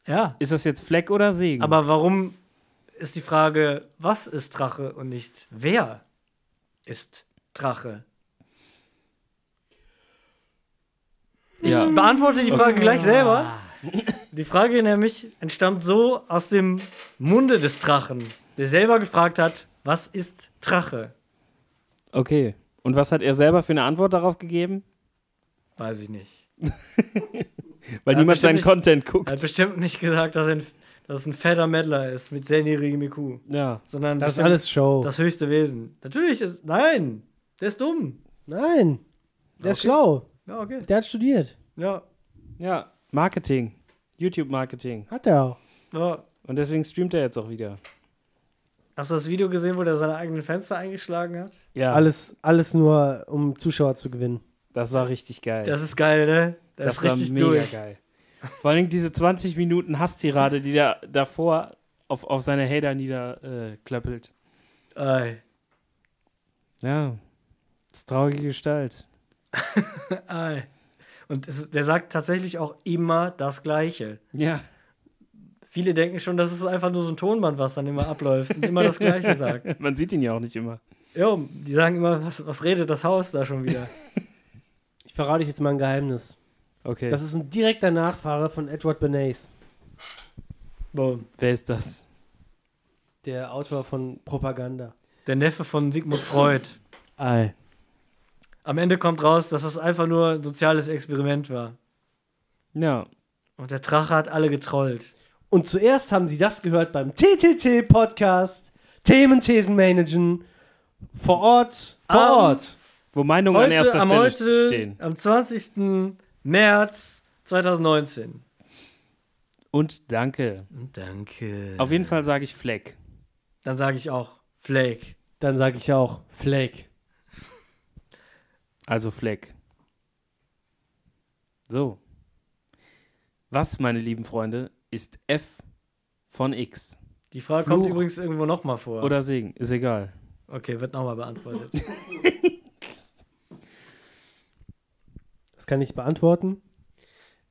Ja, Ist das jetzt Fleck oder Hm. Segen? aber warum ist die Frage, was ist Drache und nicht wer ist Drache? ja. Beantworte die Frage gleich selber. Ah. Die Frage nämlich entstammt so aus dem Munde des Drachen, der selber gefragt hat, was ist Drache? Okay. Und was hat er selber für eine Antwort darauf gegeben? Weiß ich nicht. Weil Ja, niemand seinen bestimmt Content Er hat guckt. bestimmt nicht gesagt, dass, er ein, dass es ein fetter Meddler ist mit sehr niedrigem IQ, Ja. sondern Das ist bestimmt alles Show. das höchste Wesen. Natürlich ist, nein, der ist dumm. Nein. Der ist schlau. Ja, okay. Der hat studiert. Ja, Ja. Marketing. YouTube-Marketing. Hat er auch. ja. Und deswegen streamt er jetzt auch wieder. Hast du das Video gesehen, wo der seine eigenen Fenster eingeschlagen hat? Ja. Alles, alles nur, um Zuschauer zu gewinnen. Das war richtig geil. Das ist geil, ne? Der Das ist war richtig mega durch. geil. Vor allem diese 20 Minuten Hasstirade, die der davor auf, auf seine Hater niederklöppelt. Äh, klöppelt. Ei, ja. Das ist traurige Gestalt. ei. Und es, ist- der sagt tatsächlich auch immer das Gleiche. Ja. Viele denken schon, das ist einfach nur so ein Tonband, was dann immer abläuft und immer das Gleiche sagt. Man sieht ihn ja auch nicht immer. Jo, die sagen immer, was, was redet das Haus da schon wieder? Ich verrate euch jetzt mal ein Geheimnis. Okay. Das ist ein direkter Nachfahre von Edward Bernays, Boom. Wer ist das? der Autor von Propaganda. Der Neffe von Sigmund Freud. Ei. Am Ende kommt raus, dass das einfach nur ein soziales Experiment war. Ja. Und der Drache hat alle getrollt. Und zuerst haben sie das gehört beim TTT-Podcast Themen, Thesen managen. Vor Ort, vor Am- Ort. Wo Meinungen an Heute, erster am, Stelle heute, stehen. am 20. März 2019. Und danke. Danke. Auf jeden Fall sage ich Fleck. Dann sage ich auch Flake. Dann sage ich auch Flake. Also Fleck. So. Was, meine lieben Freunde, ist F von X? Die Frage Fluch. kommt übrigens irgendwo nochmal vor. Oder Segen? Ist egal. okay, wird nochmal beantwortet. Das kann ich beantworten.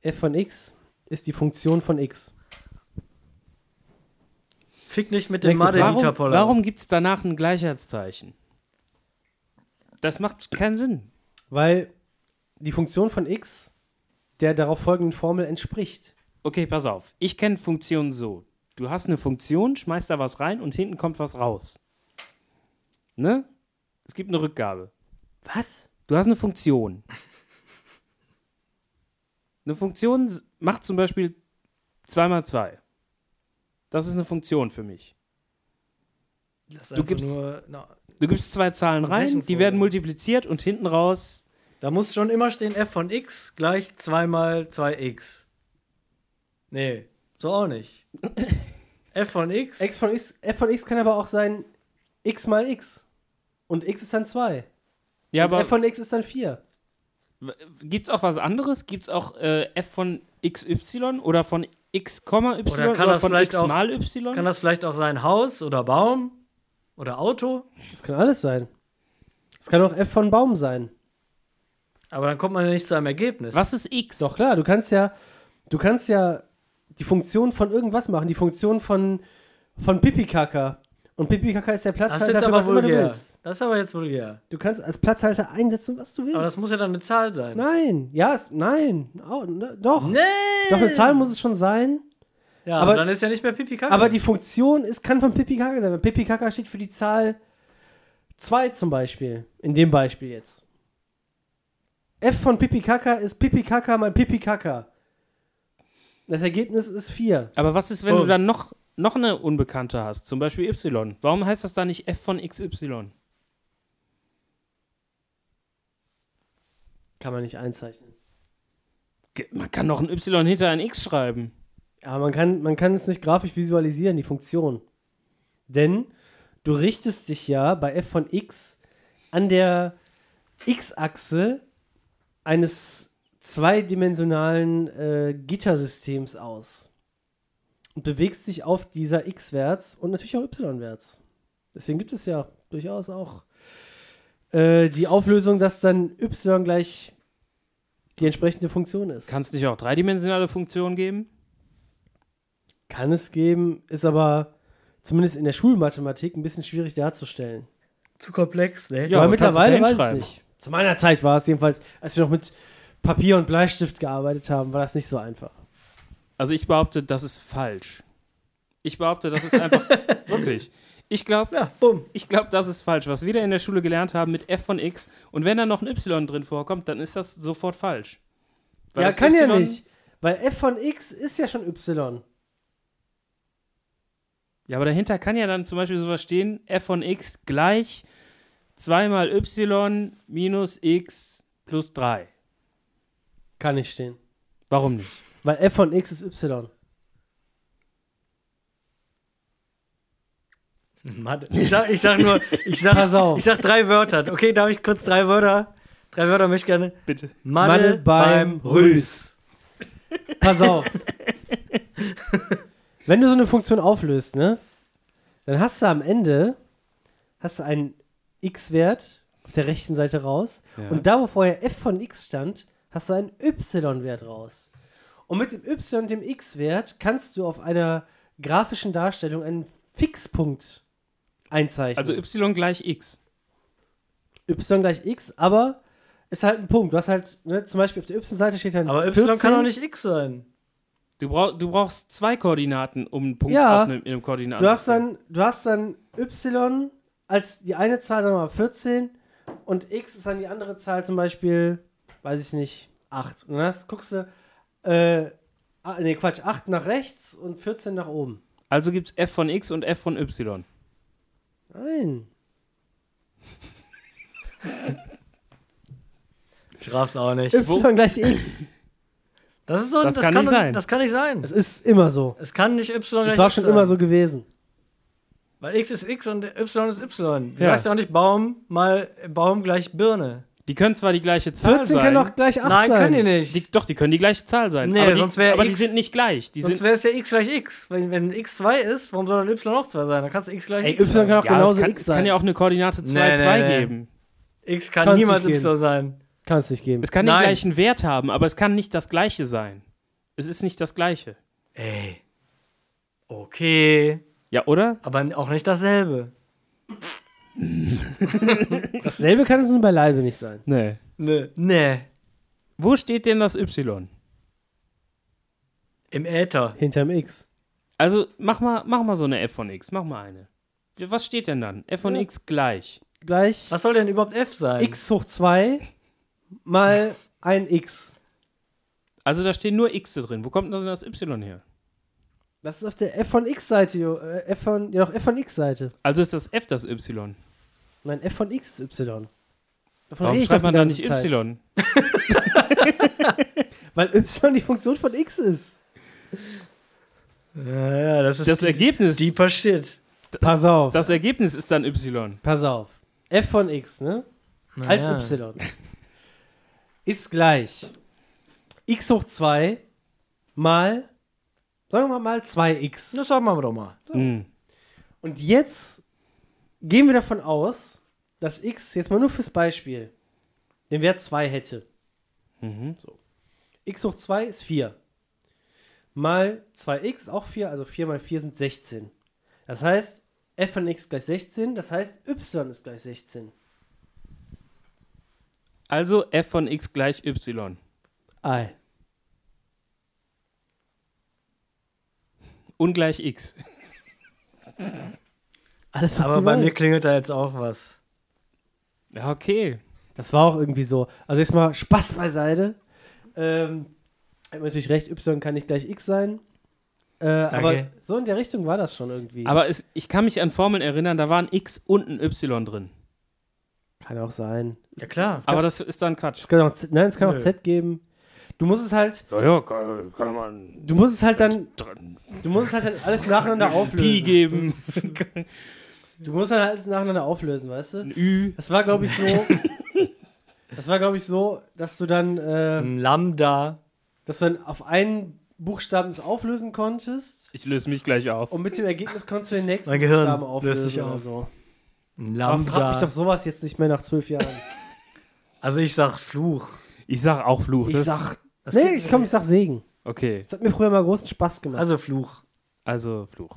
f von x ist die Funktion von x. Fick nicht mit dem Nächste Frage. Warum, Madelita Poller. warum gibt es danach ein Gleichheitszeichen? Das macht keinen Sinn. Weil die Funktion von x der darauf folgenden Formel entspricht. Okay, pass auf. Ich kenne Funktionen so. Du hast eine Funktion, schmeißt da was rein und hinten kommt was raus. Ne? Es gibt eine Rückgabe. Was? Du hast eine Funktion. Eine Funktion s- macht zum Beispiel 2 mal 2. Das ist eine Funktion für mich. Das ist du einfach gibst- Nur, na, Du gibst zwei Zahlen rein, die Rechenfolge. werden multipliziert und hinten raus. da muss schon immer stehen f von x gleich 2 mal 2x. Nee, so auch nicht. f von x. X von x, f von x kann aber auch sein x mal x. Und x ist dann 2. Ja, Und aber f von x ist dann 4. Gibt es auch was anderes? Gibt es auch äh, f von xy oder von x, y Oder oder, kann das von vielleicht x auch- mal y? Kann das vielleicht auch sein Haus oder Baum oder Auto? Das kann alles sein. Es kann auch f von Baum sein. Aber dann kommt man ja nicht zu einem Ergebnis. was ist x? Doch klar, du kannst ja, du kannst ja die Funktion von irgendwas machen, die Funktion von, von Pipi-Kaka. Und Pipi-Kaka ist der Das ist Platzhalter jetzt für aber was immer du vulgär. willst. Das ist aber jetzt vulgär. Du kannst als Platzhalter einsetzen, was du willst. Aber das muss ja dann eine Zahl sein. Nein, ja, es, nein, au, ne, doch. Nee! Doch, eine Zahl muss es schon sein. Ja, aber- aber dann ist ja nicht mehr Pipi Kacke. Aber die Funktion ist, kann von Pipi Kaka sein. weil Pipi Kaka steht für die Zahl 2 zum Beispiel. In dem Beispiel jetzt. F von Pipi Kaka ist Pipi Kaka mal Pipi Kaka. Das Ergebnis ist 4. Aber was ist, wenn Oh. du dann noch, noch eine Unbekannte hast? Zum Beispiel y. Warum heißt das da nicht f von xy? Kann man nicht einzeichnen. Ge- Man kann doch ein y hinter ein x schreiben. Aber man kann, man kann es nicht grafisch visualisieren, die Funktion. Denn du richtest dich ja bei f von x an der x-Achse eines zweidimensionalen äh, Gittersystems aus. Und bewegst dich auf dieser x-Wärts und natürlich auch y-Wärts. Deswegen gibt es ja durchaus auch äh, die Auflösung, dass dann y gleich die entsprechende Funktion ist. Kann es nicht auch dreidimensionale Funktionen geben? Kann es geben, ist aber zumindest in der Schulmathematik ein bisschen schwierig darzustellen. zu komplex, ne? Ja. aber aber kannst du mittlerweile es da weiß ich hinschreiben? nicht. Zu meiner Zeit war es jedenfalls, als wir noch mit Papier und Bleistift gearbeitet haben, war das nicht so einfach. Also ich behaupte, das ist falsch. Ich behaupte, das ist einfach wirklich. Ich glaube, Ja, bumm. ich glaube, das ist falsch. Was wir da in der Schule gelernt haben mit f von x und wenn da noch ein y drin vorkommt, dann ist das sofort falsch. Weil ja, das kann ja Y nicht, weil f von x ist ja schon y. Ja, aber dahinter kann ja dann zum Beispiel sowas stehen: f von x gleich 2 mal y minus x plus 3. Kann nicht stehen. Warum nicht? Weil f von x ist y. Mathe. Ich sag, ich sag nur, ich sag, Pass auf. ich sag drei Wörter. Okay, darf ich kurz drei Wörter? Drei Wörter möchte ich gerne. Bitte. Madde, Madde beim beim Rüß. Pass auf. Wenn du so eine Funktion auflöst, ne, dann hast du am Ende hast du einen x-Wert auf der rechten Seite raus Ja. und da, wo vorher f von x stand, hast du einen Y-Wert raus. Und mit dem Y und dem X-Wert kannst du auf einer grafischen Darstellung einen Fixpunkt einzeichnen. Also y gleich x. y gleich x, aber ist halt ein Punkt. Du hast halt, ne, zum Beispiel auf der Y-Seite steht dann. Aber Y 14. kann doch nicht X sein. Du, brauch, du brauchst zwei Koordinaten, um einen Punkt Ja. auf einem, in einem Koordinaten Du hast dann, du hast dann Y als die eine Zahl, sagen wir mal 14 und X ist dann die andere Zahl zum Beispiel, weiß ich nicht, 8. Und dann hast, guckst du, äh, ah, nee, Quatsch, 8 nach rechts und 14 nach oben. Also gibt es f von x und f von y. Nein. Ich raff's auch nicht. Y gleich X. Das ist so, Das kann nicht doch- sein. Das kann nicht sein. Es ist immer so. Es kann nicht Y Es gleich war X schon sein. immer so gewesen. Weil X ist X und Y ist Y. Du Ja. sagst ja auch nicht Baum mal Baum gleich Birne. Die können zwar die gleiche Zahl 14 sein. kann doch gleich 8 Nein, sein. können die nicht. die, doch, die können die gleiche Zahl sein. Nee, aber die, sonst wär aber die X- sind nicht gleich. Die Sonst sind, wäre es ja X gleich X. Wenn, wenn X 2 ist, warum soll dann Y auch 2 sein? Dann kannst du X gleich Ey, X Y sein. kann auch ja, aber es genauso kann, X Es kann sein. ja auch eine Koordinate 2, Nee, nee, 2 nee. geben. X kann Kann's niemals nicht Y sein. Kann es nicht geben. Es kann Nein. den gleichen Wert haben, aber es kann nicht das gleiche sein. Es ist nicht das gleiche. Ey. Okay. Ja, oder? Aber auch nicht dasselbe. Dasselbe kann es nun beileibe nicht sein. Nee. Nee. Nee. Wo steht denn das Y? Im Äther. Hinterm X. Also mach mal, mach mal so eine f von x. Mach mal eine. Was steht denn dann? f von Ja. x gleich. Gleich Was soll denn überhaupt F sein? X hoch 2 mal ein X. Also da stehen nur x drin. Wo kommt denn das Y her? Das ist auf der F von X-Seite, jo. Äh, F von, ja doch, F von X-Seite. Also ist das F das Y. Nein, F von X ist Y. Davon Warum rede ich schreibt doch man die da ganze nicht Zeit. Y? Weil Y die Funktion von X ist. Ja, ja, das ist Das die- Ergebnis, deeper Shit. Pass auf, das Ergebnis ist dann Y. pass auf. F von X, ne? Als ja. Y. Ist gleich X hoch 2 mal, sagen wir mal, 2X. Das sagen wir doch mal. Mhm. Und jetzt gehen wir davon aus, dass x, jetzt mal nur fürs Beispiel, den Wert 2 hätte. So. x hoch 2 ist 4. Mal 2x auch 4, also 4 mal 4 sind 16. Das heißt, f von x gleich 16, das heißt, y ist gleich 16. Also f von x gleich Y. Ei. Ungleich x. Alles was Aber Sie bei mir wollen. klingelt da jetzt auch was. Ja, okay. Das war auch irgendwie so. Also jetzt mal Spaß beiseite. Ähm, hat mir natürlich recht, y kann nicht gleich x sein. Äh, aber so in der Richtung war das schon irgendwie. Aber es, ich kann mich an Formeln erinnern, da waren x und ein Y drin. Kann auch sein. Ja klar. Aber das ist dann Quatsch. Es kann auch Z, nein, es kann auch Nö. Z geben. Du musst es halt, Ja, ja, kann, kann man du musst es halt dann, du musst es halt dann alles nacheinander Pi auflösen. geben, Du musst dann halt alles nacheinander auflösen, weißt du? ein Ü. Das war, glaube ich, so. das war, glaube ich, so, dass du dann, äh, Ein Lambda. dass du dann auf einen Buchstaben es auflösen konntest Ich löse mich gleich auf. und mit dem Ergebnis konntest du den nächsten Mein Gehirn Buchstaben löst auflösen sich oder auf. so. Ein Aber frag mich Lambda. doch sowas jetzt nicht mehr nach zwölf Jahren. Also ich sag Fluch. Ich sag auch Fluch. Ich das- sag, nee, ich komm, ich sag Segen. Okay, Das hat mir früher mal großen Spaß gemacht. Also Fluch. also Fluch.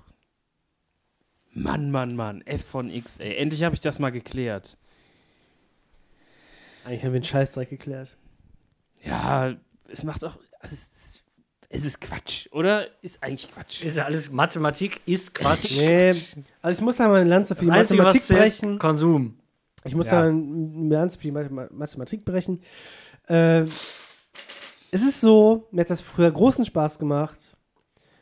Mann, Mann, Mann. F von X, ey. Endlich habe ich das mal geklärt. Also- Eigentlich haben wir den Scheißdreck geklärt. Ja, es macht auch. Es ist, es ist Quatsch, oder? Ist eigentlich Quatsch. Ist ja alles Mathematik ist Quatsch. Nee, also ich muss da mal eine Lanze für die Mathematik brechen. Konsum. Ich muss Ja. da eine Lanze für die Mathema- Mathematik brechen. Äh, es ist so, mir hat das früher großen Spaß gemacht.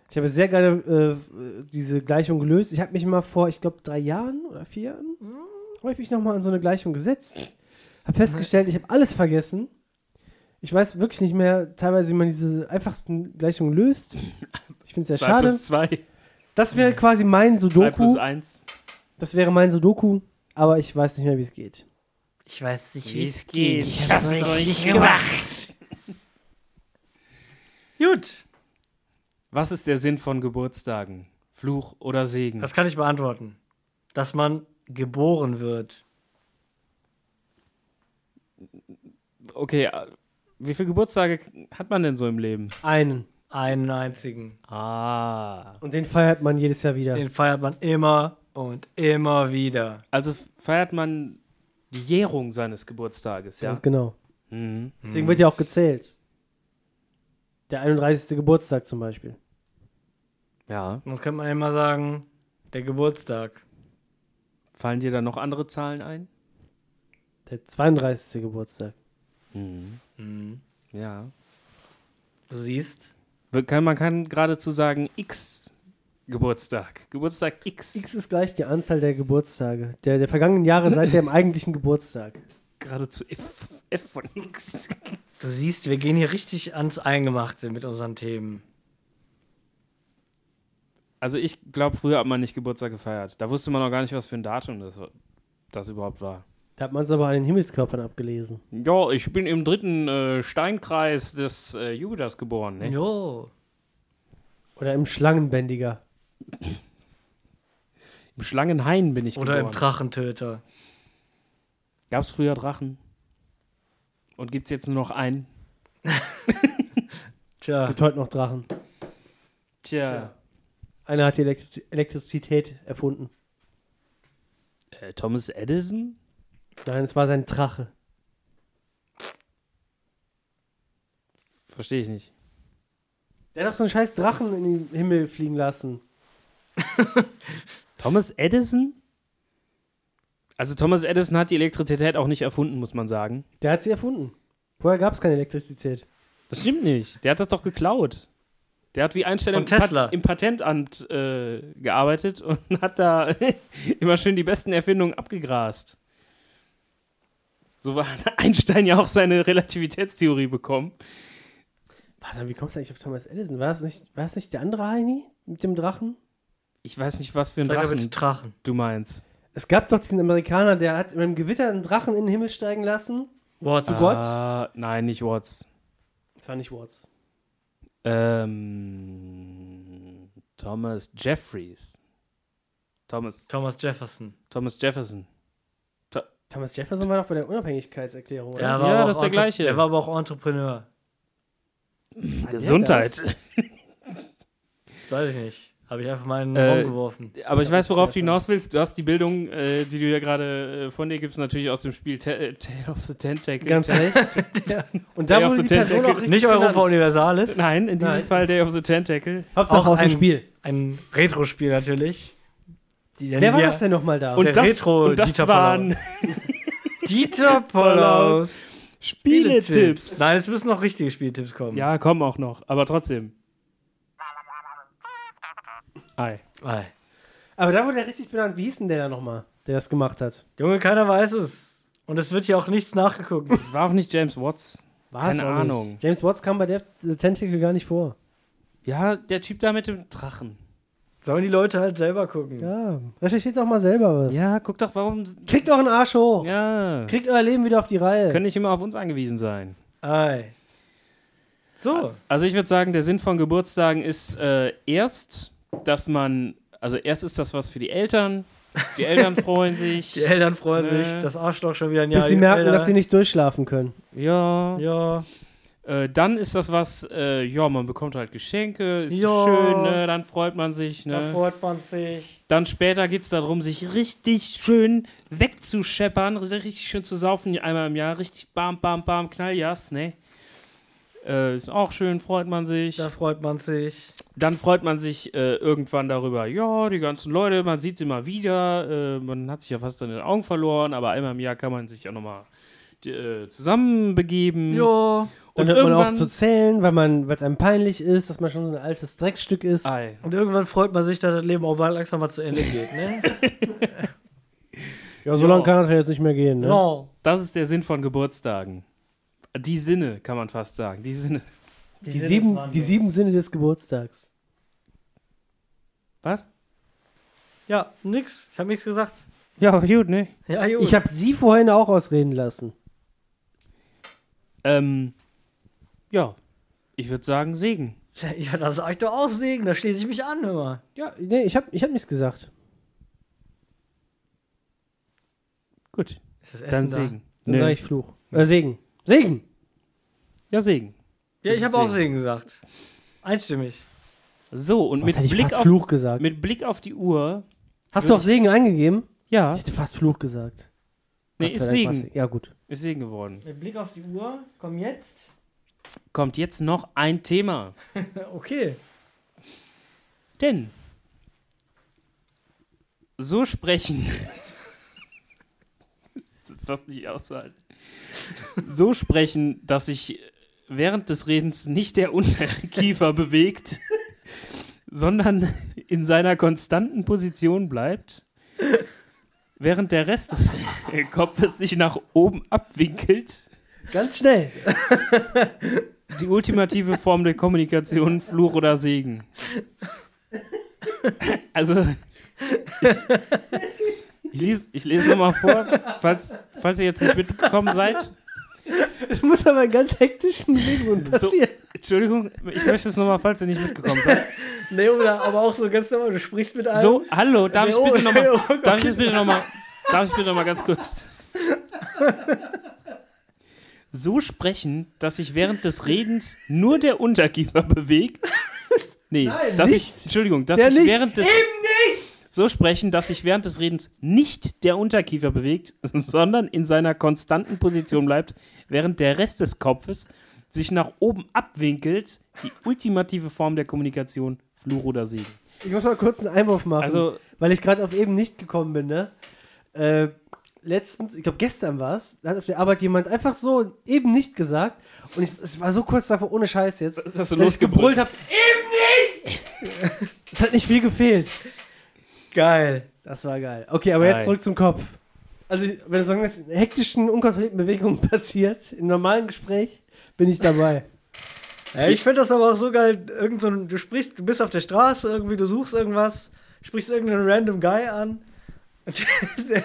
Ich habe sehr gerne äh, diese Gleichung gelöst. Ich habe mich mal vor, ich glaube, drei Jahren oder vier Jahren, Hm. habe ich mich nochmal an so eine Gleichung gesetzt. Habe festgestellt, ich habe alles vergessen. Ich weiß wirklich nicht mehr, teilweise, wie man diese einfachsten Gleichungen löst. Ich finde es sehr 2 schade. plus 2, Das wäre quasi mein 3 plus Sudoku. 1. Das wäre mein Sudoku, aber ich weiß nicht mehr, wie es geht. Ich weiß nicht, Wie es geht. Ich hab's doch nicht gemacht. Gut. Was ist der Sinn von Geburtstagen? Fluch oder Segen? Das kann ich beantworten. Dass man geboren wird. Okay, äh, Wie viele Geburtstage hat man denn so im Leben? Einen. Einen einzigen. Ah. Und den feiert man jedes Jahr wieder. Den feiert man immer und immer wieder. Also feiert man die Jährung seines Geburtstages, ja? Ganz genau. Mhm. Hm. Deswegen wird ja auch gezählt. Der 31. Geburtstag zum Beispiel. Ja. Sonst könnte man immer sagen, der Geburtstag. Fallen dir da noch andere Zahlen ein? Der 32. Geburtstag. Ja. Du siehst, Wir- kann- Man kann geradezu sagen, X Geburtstag. Geburtstag X. X ist gleich die Anzahl der Geburtstage. Der, der vergangenen Jahre seit dem eigentlichen Geburtstag. Geradezu F, F von X. du siehst, wir gehen hier richtig ans Eingemachte mit unseren Themen. Also ich glaube, früher hat man nicht Geburtstag gefeiert. Da wusste man noch gar nicht, was für ein Datum das, das überhaupt war. Da hat man es aber an den Himmelskörpern abgelesen. Ja, ich bin im dritten äh, Steinkreis des äh, Judas geboren. Ne? Jo. Oder im Schlangenbändiger. Im Schlangenhain bin ich Oder im geboren. Drachentöter. Gab es früher Drachen? Und gibt es jetzt nur noch einen? Es Tja, gibt heute noch Drachen. Tja. Einer hat die Elektri Elektrizität erfunden. Äh, Thomas Edison? Nein, es war sein Drache. Verstehe ich nicht. Der hat doch so einen scheiß Drachen in den Himmel fliegen lassen. Thomas Edison? Also Thomas Edison hat die Elektrizität auch nicht erfunden, muss man sagen. Der hat sie erfunden. Vorher gab es keine Elektrizität. Das stimmt nicht. Der hat das doch geklaut. Der hat wie Einstein Von im, Pat- Tesla. im Patentamt äh, gearbeitet und hat da immer schön die besten Erfindungen abgegrast. So war- hat Einstein ja auch seine Relativitätstheorie bekommen. Warte, wie kommst du eigentlich auf Thomas Edison? War das nicht, war das nicht der andere Heini mit dem Drachen? Ich weiß nicht, was für ein sag doch bitte Drachen Drachen. du meinst. Es gab doch diesen Amerikaner, der hat mit einem Gewitter einen Drachen in den Himmel steigen lassen. What's Ah. what? Ah, nein, nicht Watts. Das war nicht Watts. Ähm, Thomas Jeffries. Thomas, Thomas Jefferson. Thomas Jefferson. Thomas Jefferson war doch bei der Unabhängigkeitserklärung, oder? Der Ja, aber das ist der Entre- gleiche. Der war aber auch Entrepreneur. Ah, Gesundheit. Weiß ich nicht. Habe ich einfach mal in den Äh, Raum geworfen. Aber ich weiß, worauf Sehr du hinaus willst. Du hast die Bildung, äh, die du hier gerade äh, von dir gibst, natürlich aus dem Spiel Ta äh, Tale of the Tentacle. Ganz recht. ja. Und da Day of wurde the die Person Tentacle. auch richtig Nicht Europa genannt. Universalis. Nein, in diesem Nein. Fall Day of the Tentacle. Hauptsache Auch aus dem ein- Spiel. Ein Retro-Spiel natürlich. Die nennen Wer war wir das denn nochmal da? Und- der Retro und das Dieter waren Dieter Polos. Spieletipps. Nein, es müssen noch richtige Spieltipps kommen. Ja, kommen auch noch, aber trotzdem. Ei. Ei. Aber da wurde er richtig benannt. Wie hieß denn der da nochmal, der das gemacht hat? Junge, keiner weiß es. Und es wird hier auch nichts nachgeguckt. Es war auch nicht James Watts. War's Keine auch nicht. Ahnung. James Watts kam bei der The Tentacle gar nicht vor. Ja, der Typ da mit dem Drachen. Sollen die Leute halt selber gucken. Ja, recherchiert doch mal selber was. Ja, guck doch, warum. Kriegt euren Arsch hoch. Ja. Kriegt euer Leben wieder auf die Reihe. Können nicht immer auf uns angewiesen sein. Ei. So. Also ich würde sagen, der Sinn von Geburtstagen ist äh, erst, dass man, also erst ist das was für die Eltern. Die Eltern freuen sich. Die Eltern freuen Nee. sich, das Arschloch schon wieder ein Jahr Bis sie merken, dass sie nicht durchschlafen können. Ja. Ja. Äh, dann ist das was, äh, ja, man bekommt halt Geschenke, ist Ja. schön, ne? dann freut man sich. Da Ne? freut man sich. Dann später geht es darum, sich richtig schön wegzuscheppern, richtig schön zu saufen einmal im Jahr, richtig bam, bam, bam, knalljas, ne? Äh, ist auch schön, freut man sich. Da freut man sich. dann freut man sich äh, irgendwann darüber, ja, die ganzen Leute, man sieht sie mal wieder, äh, man hat sich ja fast an den Augen verloren, aber einmal im Jahr kann man sich ja nochmal äh, Mhm. zusammenbegeben. Jo. Dann Und hört man auf irgendwann, zu zählen, weil man, weil es einem peinlich ist, dass man schon so ein altes Drecksstück ist. Ei. Und irgendwann freut man sich, dass das Leben auch bald langsam mal zu Ende geht, ne? Ja, so Ja. lange kann das ja jetzt nicht mehr gehen, ne? No. das ist der Sinn von Geburtstagen. Die Sinne, kann man fast sagen, die Sinne. Die, sieben, die sieben Sinne des Geburtstags. Was? Ja, nix. Ich habe nichts gesagt. Ja, gut, ne? Ja, gut. Ich habe sie vorhin auch ausreden lassen. Ähm, ja, ich würde sagen Segen. ja, da sag ich doch auch Segen, da schließe ich mich an immer. Ja, nee, ich habe ich hab nichts gesagt. Gut, Ist das dann da? Segen. Dann sage ich Fluch. Äh, Segen. Segen! Ja, Segen. Ja, ich Das habe auch ist Segen. Segen gesagt. Einstimmig. So, und Was mit hätte ich Blick, fast auf, Fluch gesagt. mit Blick auf die Uhr. Hast du auch Segen eingegeben? Ja, Ich hätte fast Fluch gesagt. nee, Gott sei ist Dank war's- Segen. Ja, gut. Ist Segen geworden. Mit Blick auf die Uhr, komm jetzt. Kommt jetzt noch ein Thema. Okay. Denn so sprechen. das ist fast nicht auszuhalten. So sprechen, dass sich während des Redens nicht der Unterkiefer bewegt, sondern in seiner konstanten Position bleibt, während der Rest des Kopfes sich nach oben abwinkelt. Ganz schnell. Die ultimative Form der Kommunikation, Fluch oder Segen. Also, ich, ich lese, ich lese nochmal vor, falls, falls ihr jetzt nicht mitgekommen seid. Das muss aber in ganz hektischen Bewegungen passieren. Entschuldigung, ich möchte es nochmal, falls ihr nicht mitgekommen seid. Nee, oder aber auch so ganz normal, du sprichst mit einem. So, hallo, darf ich Nee, oh, bitte nochmal, oh Gott. darf ich das bitte nochmal, darf ich bitte nochmal ganz kurz. So sprechen, dass sich während des Redens nur der Unterkiefer bewegt. Nee, Nein, dass nicht. Ich, Entschuldigung, dass Der sich nicht. während des Eben nicht! so sprechen, dass sich während des Redens nicht der Unterkiefer bewegt, sondern in seiner konstanten Position bleibt, während der Rest des Kopfes sich nach oben abwinkelt. Die ultimative Form der Kommunikation, Fluch oder Segen. Ich muss mal kurz einen Einwurf machen, Also- weil ich gerade auf eben nicht gekommen bin, ne? Äh, letztens, ich glaube gestern war es, da hat auf der Arbeit jemand einfach so eben nicht gesagt und ich, es war so kurz davor, ohne Scheiß jetzt, Dass du ich gebrüllt habe, eben nicht! es hat nicht viel gefehlt. Geil. Das war geil. Okay, aber Geil. jetzt zurück zum Kopf. Also, ich- wenn so irgendwas in hektischen, unkontrollierten Bewegungen passiert, im normalen Gespräch, bin ich dabei. Ja, ich finde das aber auch so geil. Irgend so ein, du sprichst, du bist auf der Straße irgendwie, du suchst irgendwas, sprichst irgendeinen random Guy an. Und der, der,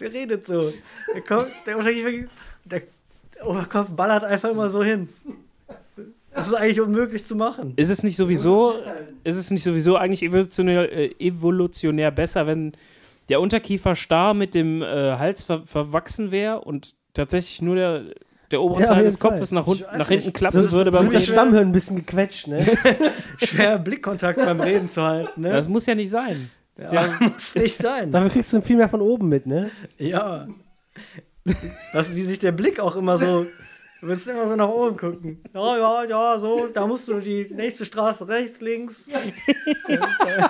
der redet so. Der kommt, der, der, der Oberkopf ballert einfach immer so hin. Das ist eigentlich unmöglich zu machen. Ist es nicht sowieso, ist es nicht sowieso eigentlich evolutionär, äh, evolutionär besser, wenn der Unterkiefer starr mit dem äh, Hals ver verwachsen wäre und tatsächlich nur der, der obere Ja, auf Teil jeden des Kopfes Fall. nach, hun- Ich weiß nach hinten nicht. klappen Das ist würde So beim wird das Reden? Reden- Stammhirn ein bisschen gequetscht, ne? Schwer Blickkontakt beim Reden zu halten, Das ne? muss ja nicht sein. Das ist ja ja, muss nicht sein. Dafür kriegst du viel mehr von oben mit, ne? Ja. Das, wie sich der Blick auch immer so. Du willst immer so nach oben gucken. Ja, ja, ja, so. Da musst du die nächste Straße rechts, links.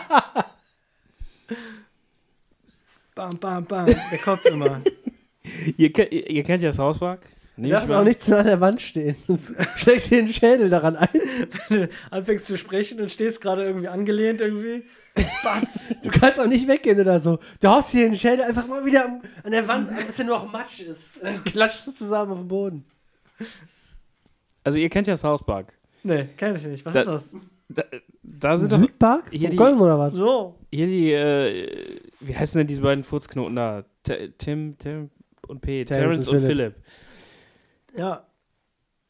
Bam, bam, bam. Der Kopf immer. Ihr, ke- ihr ihr kennt ja das Hauspark. Nehme Du ich darfst mal auch an. nicht zu nah an der Wand stehen, sonst schlägst du dir den Schädel daran ein. Anfängst zu sprechen und stehst gerade irgendwie angelehnt irgendwie. Batz. Du kannst auch nicht weggehen oder so. Du haust dir den Schädel einfach mal wieder am- an der Wand, an, bis er nur noch Matsch ist. Dann klatschst du zusammen auf den Boden. Also ihr kennt ja das Hauspark. Nee, kenn ich nicht. Was Da- ist das? Da, da sind doch Südpark? hier die- Von Köln oder was? So. hier die, äh, wie heißen denn diese beiden Furzknoten da? T Tim, Tim und P. Terence, Terence und und Philipp. Ja.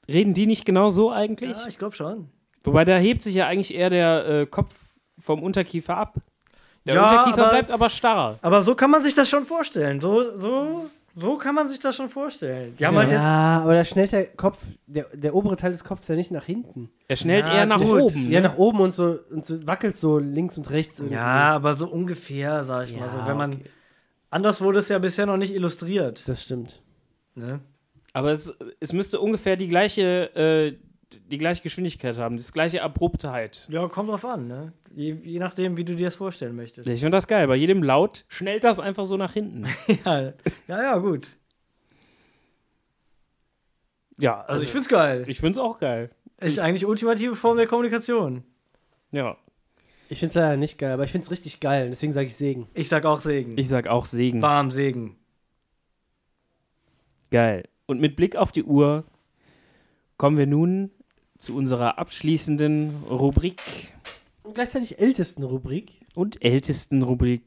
Reden die nicht genau so eigentlich? Ja, ich glaube schon. Wobei da hebt sich ja eigentlich eher der äh, Kopf vom Unterkiefer ab. Der Ja, Unterkiefer aber- bleibt aber starr. Aber so kann man sich das schon vorstellen. So, so, so kann man sich das schon vorstellen. Die haben halt jetzt. ja, aber da schnellt der Kopf, der, der obere Teil des Kopfs ja nicht nach hinten. Er schnellt Ja, eher nach gut. oben. Ja, ne? nach oben und so, und so wackelt so links und rechts. Irgendwie. Ja, aber so ungefähr, sag ich mal so. Ja, Wenn man. okay. Anders wurde es ja bisher noch nicht illustriert. Das stimmt. Ne? Aber es, es müsste ungefähr die gleiche, äh, die gleiche Geschwindigkeit haben, das gleiche Halt. Abruptheit. Ja, kommt drauf an, ne? Je, je nachdem, wie du dir das vorstellen möchtest. Ich finde das geil. Bei jedem Laut schnellt das einfach so nach hinten. Ja, ja, ja gut. Ja, also, Also ich find's geil. ich finde es auch geil. Ist eigentlich ultimative Form der Kommunikation. Ja, Ich find's leider nicht geil, aber ich find's richtig geil. Deswegen sage ich Segen. Ich sag auch Segen. ich sag auch Segen. Bam, Segen. Geil. Und mit Blick auf die Uhr kommen wir nun zu unserer abschließenden Rubrik Und gleichzeitig ältesten Rubrik. und ältesten Rubrik,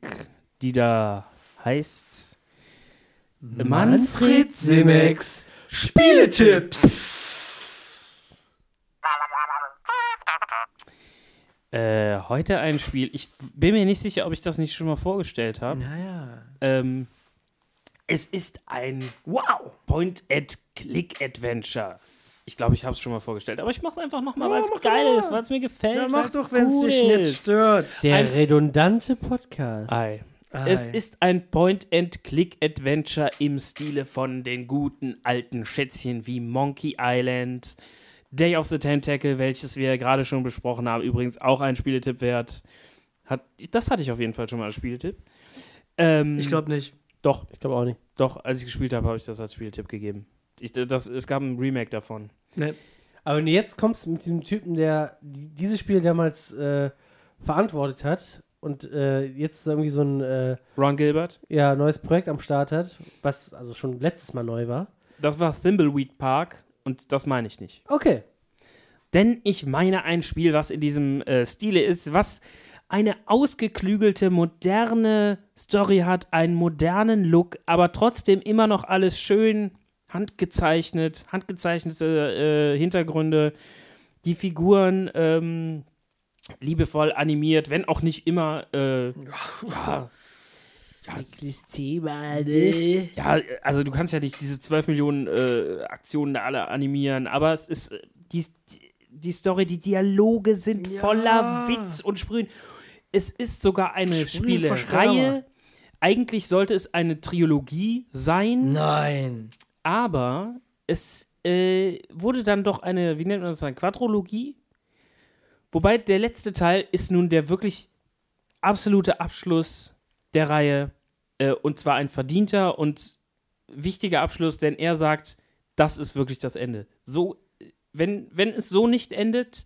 die da heißt Manfred, Simex. Spieletipps. Äh, heute ein Spiel. Ich bin mir nicht sicher, ob ich das nicht schon mal vorgestellt habe. Naja. Ähm, es ist ein Wow Point-and-Click-Adventure. Ich glaube, ich habe es schon mal vorgestellt, aber ich mache es einfach nochmal, Ja, mal, weil mach es doch geil mal. ist, weil es mir gefällt. Ja, weil's mach doch, Hm. wenn es cool dich nicht ist. stört. Der Ein- redundante Podcast. Ei. Ei. Es ist ein Point-and-Click-Adventure im Stile von den guten alten Schätzchen wie Monkey Island, Day of the Tentacle, welches wir gerade schon besprochen haben, übrigens auch ein Spieletipp wert. Hat, das hatte ich auf jeden Fall schon mal als Spieletipp. Ähm, Ich glaube nicht. Doch, Ich glaube auch nicht. doch, als ich gespielt habe, habe ich das als Spieletipp gegeben. Ich, das, es gab ein Remake davon. Nee. Aber wenn du jetzt kommst mit diesem Typen, der die- diese Spiele damals äh, verantwortet hat und äh, jetzt irgendwie so ein äh, Ron Gilbert, ja, neues Projekt am Start hat, was also schon letztes Mal neu war. das war Thimbleweed Park und das meine ich nicht. Okay. Denn ich meine ein Spiel, was in diesem äh, Stile ist, was eine ausgeklügelte, moderne Story hat, einen modernen Look, aber trotzdem immer noch alles schön handgezeichnet, handgezeichnete äh, Hintergründe, die Figuren ähm, liebevoll animiert, wenn auch nicht immer äh, ja, ja, also du kannst ja nicht diese 12 Millionen äh, Aktionen da alle animieren, aber es ist äh, die, die Story, die Dialoge sind Ja. voller Witz und Sprühen. Es ist sogar eine Sprühen vor Spielereihe. Eigentlich sollte es eine Trilogie sein, Nein. aber es äh, wurde dann doch eine, wie nennt man das dann, Quadrologie? Wobei der letzte Teil ist nun der wirklich absolute Abschluss der Reihe äh, und zwar ein verdienter und wichtiger Abschluss, denn er sagt, das ist wirklich das Ende. So, äh, wenn, wenn es so nicht endet,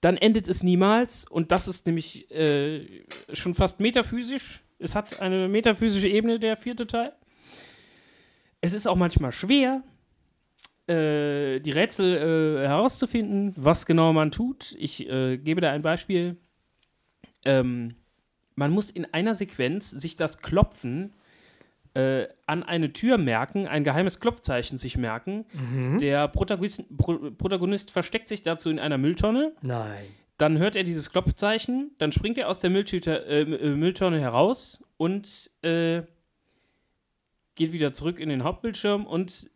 dann endet es niemals und das ist nämlich äh, schon fast metaphysisch. Es hat eine metaphysische Ebene, der vierte Teil. Es ist auch manchmal schwer, äh, die Rätsel äh, herauszufinden, was genau man tut. Ich äh, gebe da ein Beispiel. Ähm, man muss in einer Sequenz sich das Klopfen äh, an eine Tür merken, ein geheimes Klopfzeichen sich merken. Der Protagonist, Pro, Protagonist versteckt sich dazu in einer Mülltonne. Nein. Dann hört er dieses Klopfzeichen, dann springt er aus der Mülltüte, äh, äh, Mülltonne heraus und äh, geht wieder zurück in den Hauptbildschirm und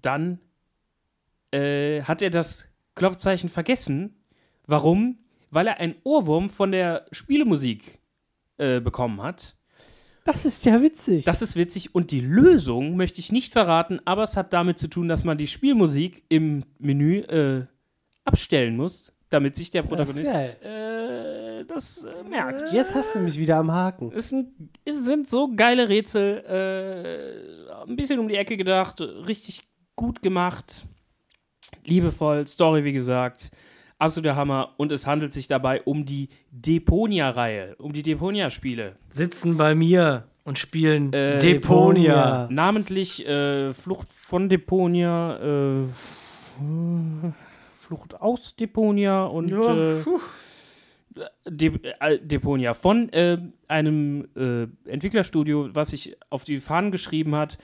dann äh, hat er das Klopfzeichen vergessen. Warum? Weil er einen Ohrwurm von der Spielemusik äh, bekommen hat. Das ist ja witzig. Das ist witzig und die Lösung möchte ich nicht verraten, aber es hat damit zu tun, dass man die Spielmusik im Menü äh, abstellen muss, damit sich der Das ist Protagonist äh, das äh, merkt. jetzt hast du mich wieder am Haken. Es sind, es sind so geile Rätsel, äh, ein bisschen um die Ecke gedacht, richtig gut gemacht, liebevoll, Story wie gesagt, absoluter Hammer und es handelt sich dabei um die Deponia-Reihe, um die Deponia-Spiele. Sitzen bei mir und spielen Äh, Deponia. Deponia. Namentlich äh, Flucht von Deponia, äh, Flucht aus Deponia und Ja, äh, De äh, Deponia von äh, einem äh, Entwicklerstudio, was sich auf die Fahnen geschrieben hat.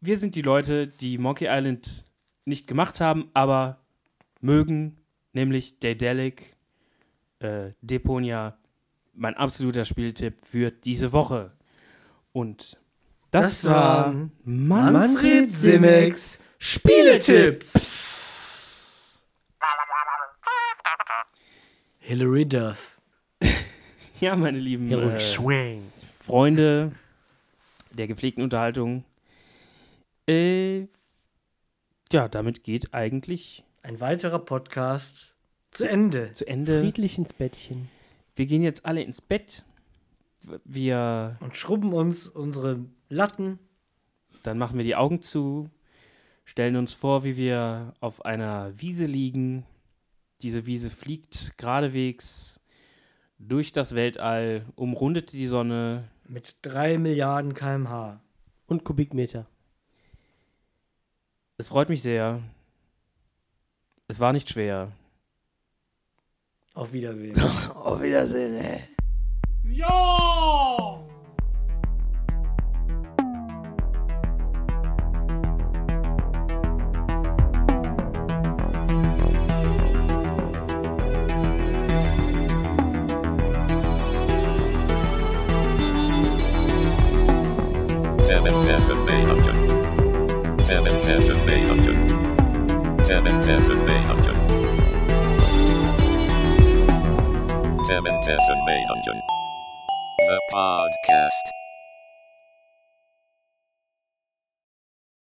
Wir sind die Leute, die Monkey Island nicht gemacht haben, aber mögen, nämlich Daedalic, äh, Deponia, mein absoluter Spieltipp für diese Woche. Und das, Das war waren Mann, Manfred Simmecks Spieletipps. Hillary Duff. Ja, meine lieben äh, Freunde der gepflegten Unterhaltung. Äh, ja, damit geht eigentlich Ein weiterer Podcast zu Ende. zu Ende. Friedlich ins Bettchen. Wir gehen jetzt alle ins Bett. Wir Und schrubben uns unsere Latten. Dann machen wir die Augen zu, stellen uns vor, wie wir auf einer Wiese liegen. Diese Wiese fliegt geradewegs durch das Weltall, umrundet die Sonne. Mit 3 Milliarden kmh. Und Kubikmeter. Es freut mich sehr. Es war nicht schwer. Auf Wiedersehen. Auf Wiedersehen, ey. Seven Tessin May Hunter. Seven Tessin May Hunter. Feminist and Mayhem. The podcast.